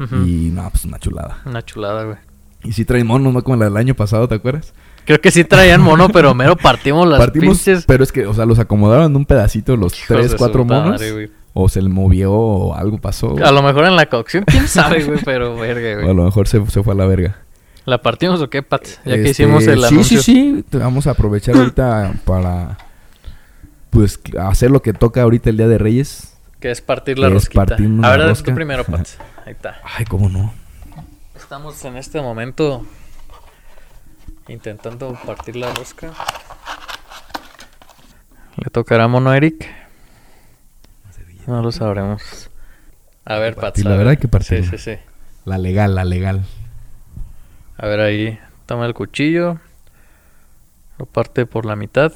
Speaker 2: Ujú.
Speaker 1: Y no, pues una chulada.
Speaker 2: Una chulada, güey.
Speaker 1: Y sí trae monos, ¿no? Como la del año pasado, ¿te acuerdas?
Speaker 2: Creo que sí traían mono, pero mero partimos las
Speaker 1: Partimos,
Speaker 2: pinches.
Speaker 1: pero es que, o sea, los acomodaron en un pedacito los
Speaker 2: Hijos
Speaker 1: tres,
Speaker 2: de su
Speaker 1: cuatro monos. Oh.
Speaker 2: madre, güey.
Speaker 1: o se le movió o algo pasó. güey.
Speaker 2: A lo mejor en la cocción, quién sabe, güey, pero verga,
Speaker 1: O a
Speaker 2: güey.
Speaker 1: lo mejor se, se fue a la verga.
Speaker 2: ¿La partimos o qué, Pat? Ya que
Speaker 1: Este,
Speaker 2: hicimos el
Speaker 1: sí,
Speaker 2: anuncio.
Speaker 1: Sí, sí, sí. Vamos a aprovechar ahorita para pues hacer lo que toca ahorita el Día de Reyes.
Speaker 2: Que es partir la
Speaker 1: Es
Speaker 2: rosquita.
Speaker 1: partir una
Speaker 2: a ver,
Speaker 1: rosca.
Speaker 2: tú primero, Pat. Ahí está.
Speaker 1: Ay, cómo no.
Speaker 2: Estamos en este momento intentando partir la rosca. Le tocará a Mono Eric. No lo sabremos. A ver, Pat.
Speaker 1: partir, la
Speaker 2: a ver.
Speaker 1: verdad hay que partir.
Speaker 2: Sí, sí, sí.
Speaker 1: La legal, la legal.
Speaker 2: A ver ahí, toma el cuchillo. Lo parte por la mitad.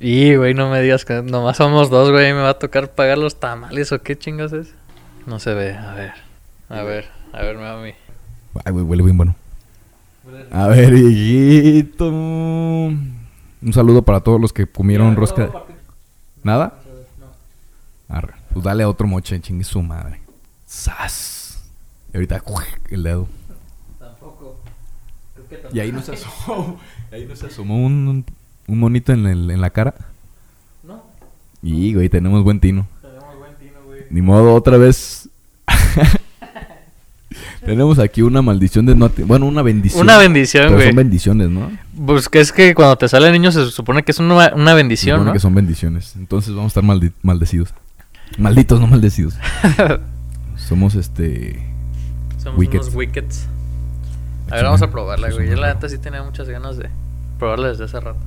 Speaker 2: Y, güey, no me digas que nomás somos dos, güey. Me va a tocar pagar los tamales o qué chingas es. No se ve, a ver. A ver, a ver, mami.
Speaker 1: Ay, güey, huele bien bueno. A ver, hijito. Un saludo para todos los que comieron rosca. ¿Nada? Arre. Pues dale a otro moche, chingue su madre. ¡Sas! Y ahorita, el dedo.
Speaker 2: Tampoco.
Speaker 1: Y ahí no se asomó. y ahí no se asomó un, un monito en, el- en la cara.
Speaker 2: No,
Speaker 1: Y, güey, tenemos buen tino.
Speaker 2: tenemos buen tino, güey.
Speaker 1: Ni modo, otra vez. tenemos aquí una maldición de no... ati- Bueno, una bendición.
Speaker 2: Una bendición,
Speaker 1: Pero
Speaker 2: güey.
Speaker 1: son bendiciones, ¿no?
Speaker 2: Pues que es que cuando te sale niño se supone que es una, una
Speaker 1: Se
Speaker 2: bendición,
Speaker 1: supone
Speaker 2: ¿no?
Speaker 1: que son bendiciones. Entonces vamos a estar maldi- maldecidos. Malditos, no maldecidos. Somos este.
Speaker 2: Somos
Speaker 1: Wickets.
Speaker 2: unos wickets. A
Speaker 1: Chinga,
Speaker 2: ver, vamos a probarla,
Speaker 1: es
Speaker 2: güey. Yo
Speaker 1: una
Speaker 2: la
Speaker 1: roja.
Speaker 2: neta sí tenía muchas ganas de probarla desde hace rato.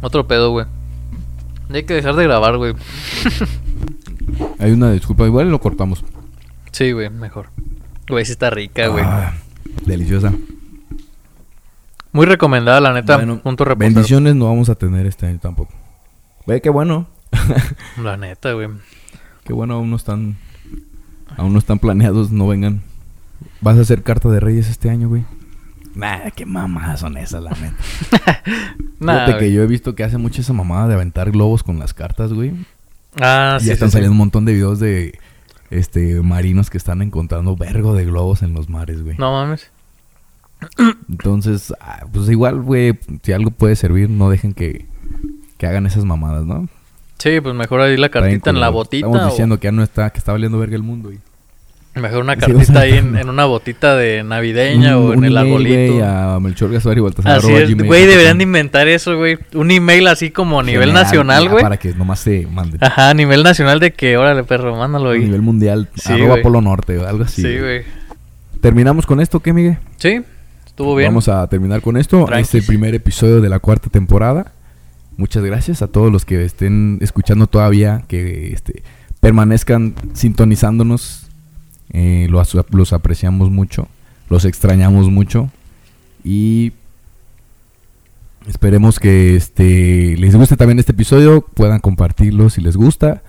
Speaker 2: Otro pedo, güey. Ya Hay que dejar de grabar, güey.
Speaker 1: Hay una disculpa, igual lo cortamos.
Speaker 2: Sí, güey, mejor. Güey, sí está rica, güey.
Speaker 1: Ah, deliciosa.
Speaker 2: Muy recomendada, la neta.
Speaker 1: Bueno,
Speaker 2: punto reportero.
Speaker 1: bendiciones no vamos a tener este año tampoco. Ve, qué bueno.
Speaker 2: La neta, güey.
Speaker 1: qué bueno, aún no están. Aún no están planeados, no vengan. ¿Vas a hacer carta de reyes este año, güey? Nah, qué mamadas son esas, la neta.
Speaker 2: Nada.
Speaker 1: Fíjate que yo he visto que hace mucho esa mamada de aventar globos con las cartas, güey.
Speaker 2: Ah,
Speaker 1: Y
Speaker 2: sí.
Speaker 1: ya están
Speaker 2: sí, sí.
Speaker 1: saliendo un montón de videos de este marinos que están encontrando vergo de globos en los mares, güey.
Speaker 2: No mames.
Speaker 1: Entonces, ah, pues igual, güey, si algo puede servir, no dejen que, que hagan esas mamadas, ¿no?
Speaker 2: Sí, pues mejor ahí la
Speaker 1: Está bien
Speaker 2: cartita en la
Speaker 1: culero.
Speaker 2: botita.
Speaker 1: Estamos
Speaker 2: o-
Speaker 1: diciendo que ya no está, que está valiendo verga el mundo, güey.
Speaker 2: Mejor una
Speaker 1: Sí,
Speaker 2: cartita
Speaker 1: vas a-
Speaker 2: ahí en, en una botita de navideña o
Speaker 1: Un-
Speaker 2: en
Speaker 1: un
Speaker 2: el
Speaker 1: email,
Speaker 2: arbolito.
Speaker 1: güey, a Melchor Gaspar y Baltasar.
Speaker 2: Así
Speaker 1: arroba
Speaker 2: es,
Speaker 1: gmail
Speaker 2: güey,
Speaker 1: punto com.
Speaker 2: deberían de inventar eso, güey. Un email así como a nivel
Speaker 1: General,
Speaker 2: nacional,
Speaker 1: ya,
Speaker 2: güey. Ah,
Speaker 1: Para que nomás se mande.
Speaker 2: Ajá, a nivel nacional de que, órale, perro, mándalo,
Speaker 1: a
Speaker 2: güey.
Speaker 1: nivel mundial,
Speaker 2: Sí,
Speaker 1: arroba
Speaker 2: güey.
Speaker 1: Polo Norte, o algo así.
Speaker 2: Sí, güey.
Speaker 1: ¿Terminamos con esto o qué, Miguel?
Speaker 2: Sí, estuvo bien.
Speaker 1: Vamos a terminar con esto.
Speaker 2: Tranquis.
Speaker 1: Este primer episodio de la cuarta temporada. Muchas gracias a todos los que estén escuchando todavía, que este, permanezcan sintonizándonos. Eh, lo asu- los apreciamos mucho, los extrañamos mucho y esperemos que este, les guste también este episodio, puedan compartirlo si les gusta.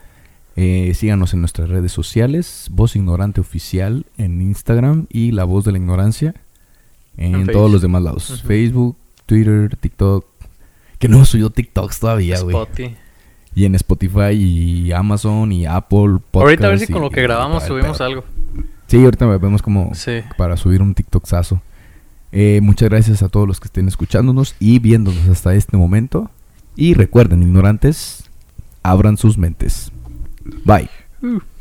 Speaker 1: Eh, síganos en nuestras redes sociales, Voz Ignorante Oficial en Instagram y La Voz de la Ignorancia en,
Speaker 2: En
Speaker 1: todos
Speaker 2: Face.
Speaker 1: los demás lados.
Speaker 2: Ujú.
Speaker 1: Facebook, Twitter, TikTok. Que no subió TikToks todavía, güey.
Speaker 2: Spotty.
Speaker 1: Y en Spotify y Amazon y Apple
Speaker 2: Ahorita a ver
Speaker 1: Podcasts
Speaker 2: si
Speaker 1: y-
Speaker 2: con lo que
Speaker 1: y-
Speaker 2: grabamos
Speaker 1: y-
Speaker 2: subimos
Speaker 1: pero-
Speaker 2: algo.
Speaker 1: Sí, ahorita vemos como
Speaker 2: Sí.
Speaker 1: para subir un TikToksazo. Eh, muchas gracias a todos los que estén escuchándonos y viéndonos hasta este momento. Y recuerden, ignorantes, abran sus mentes. Bye.
Speaker 2: Uh.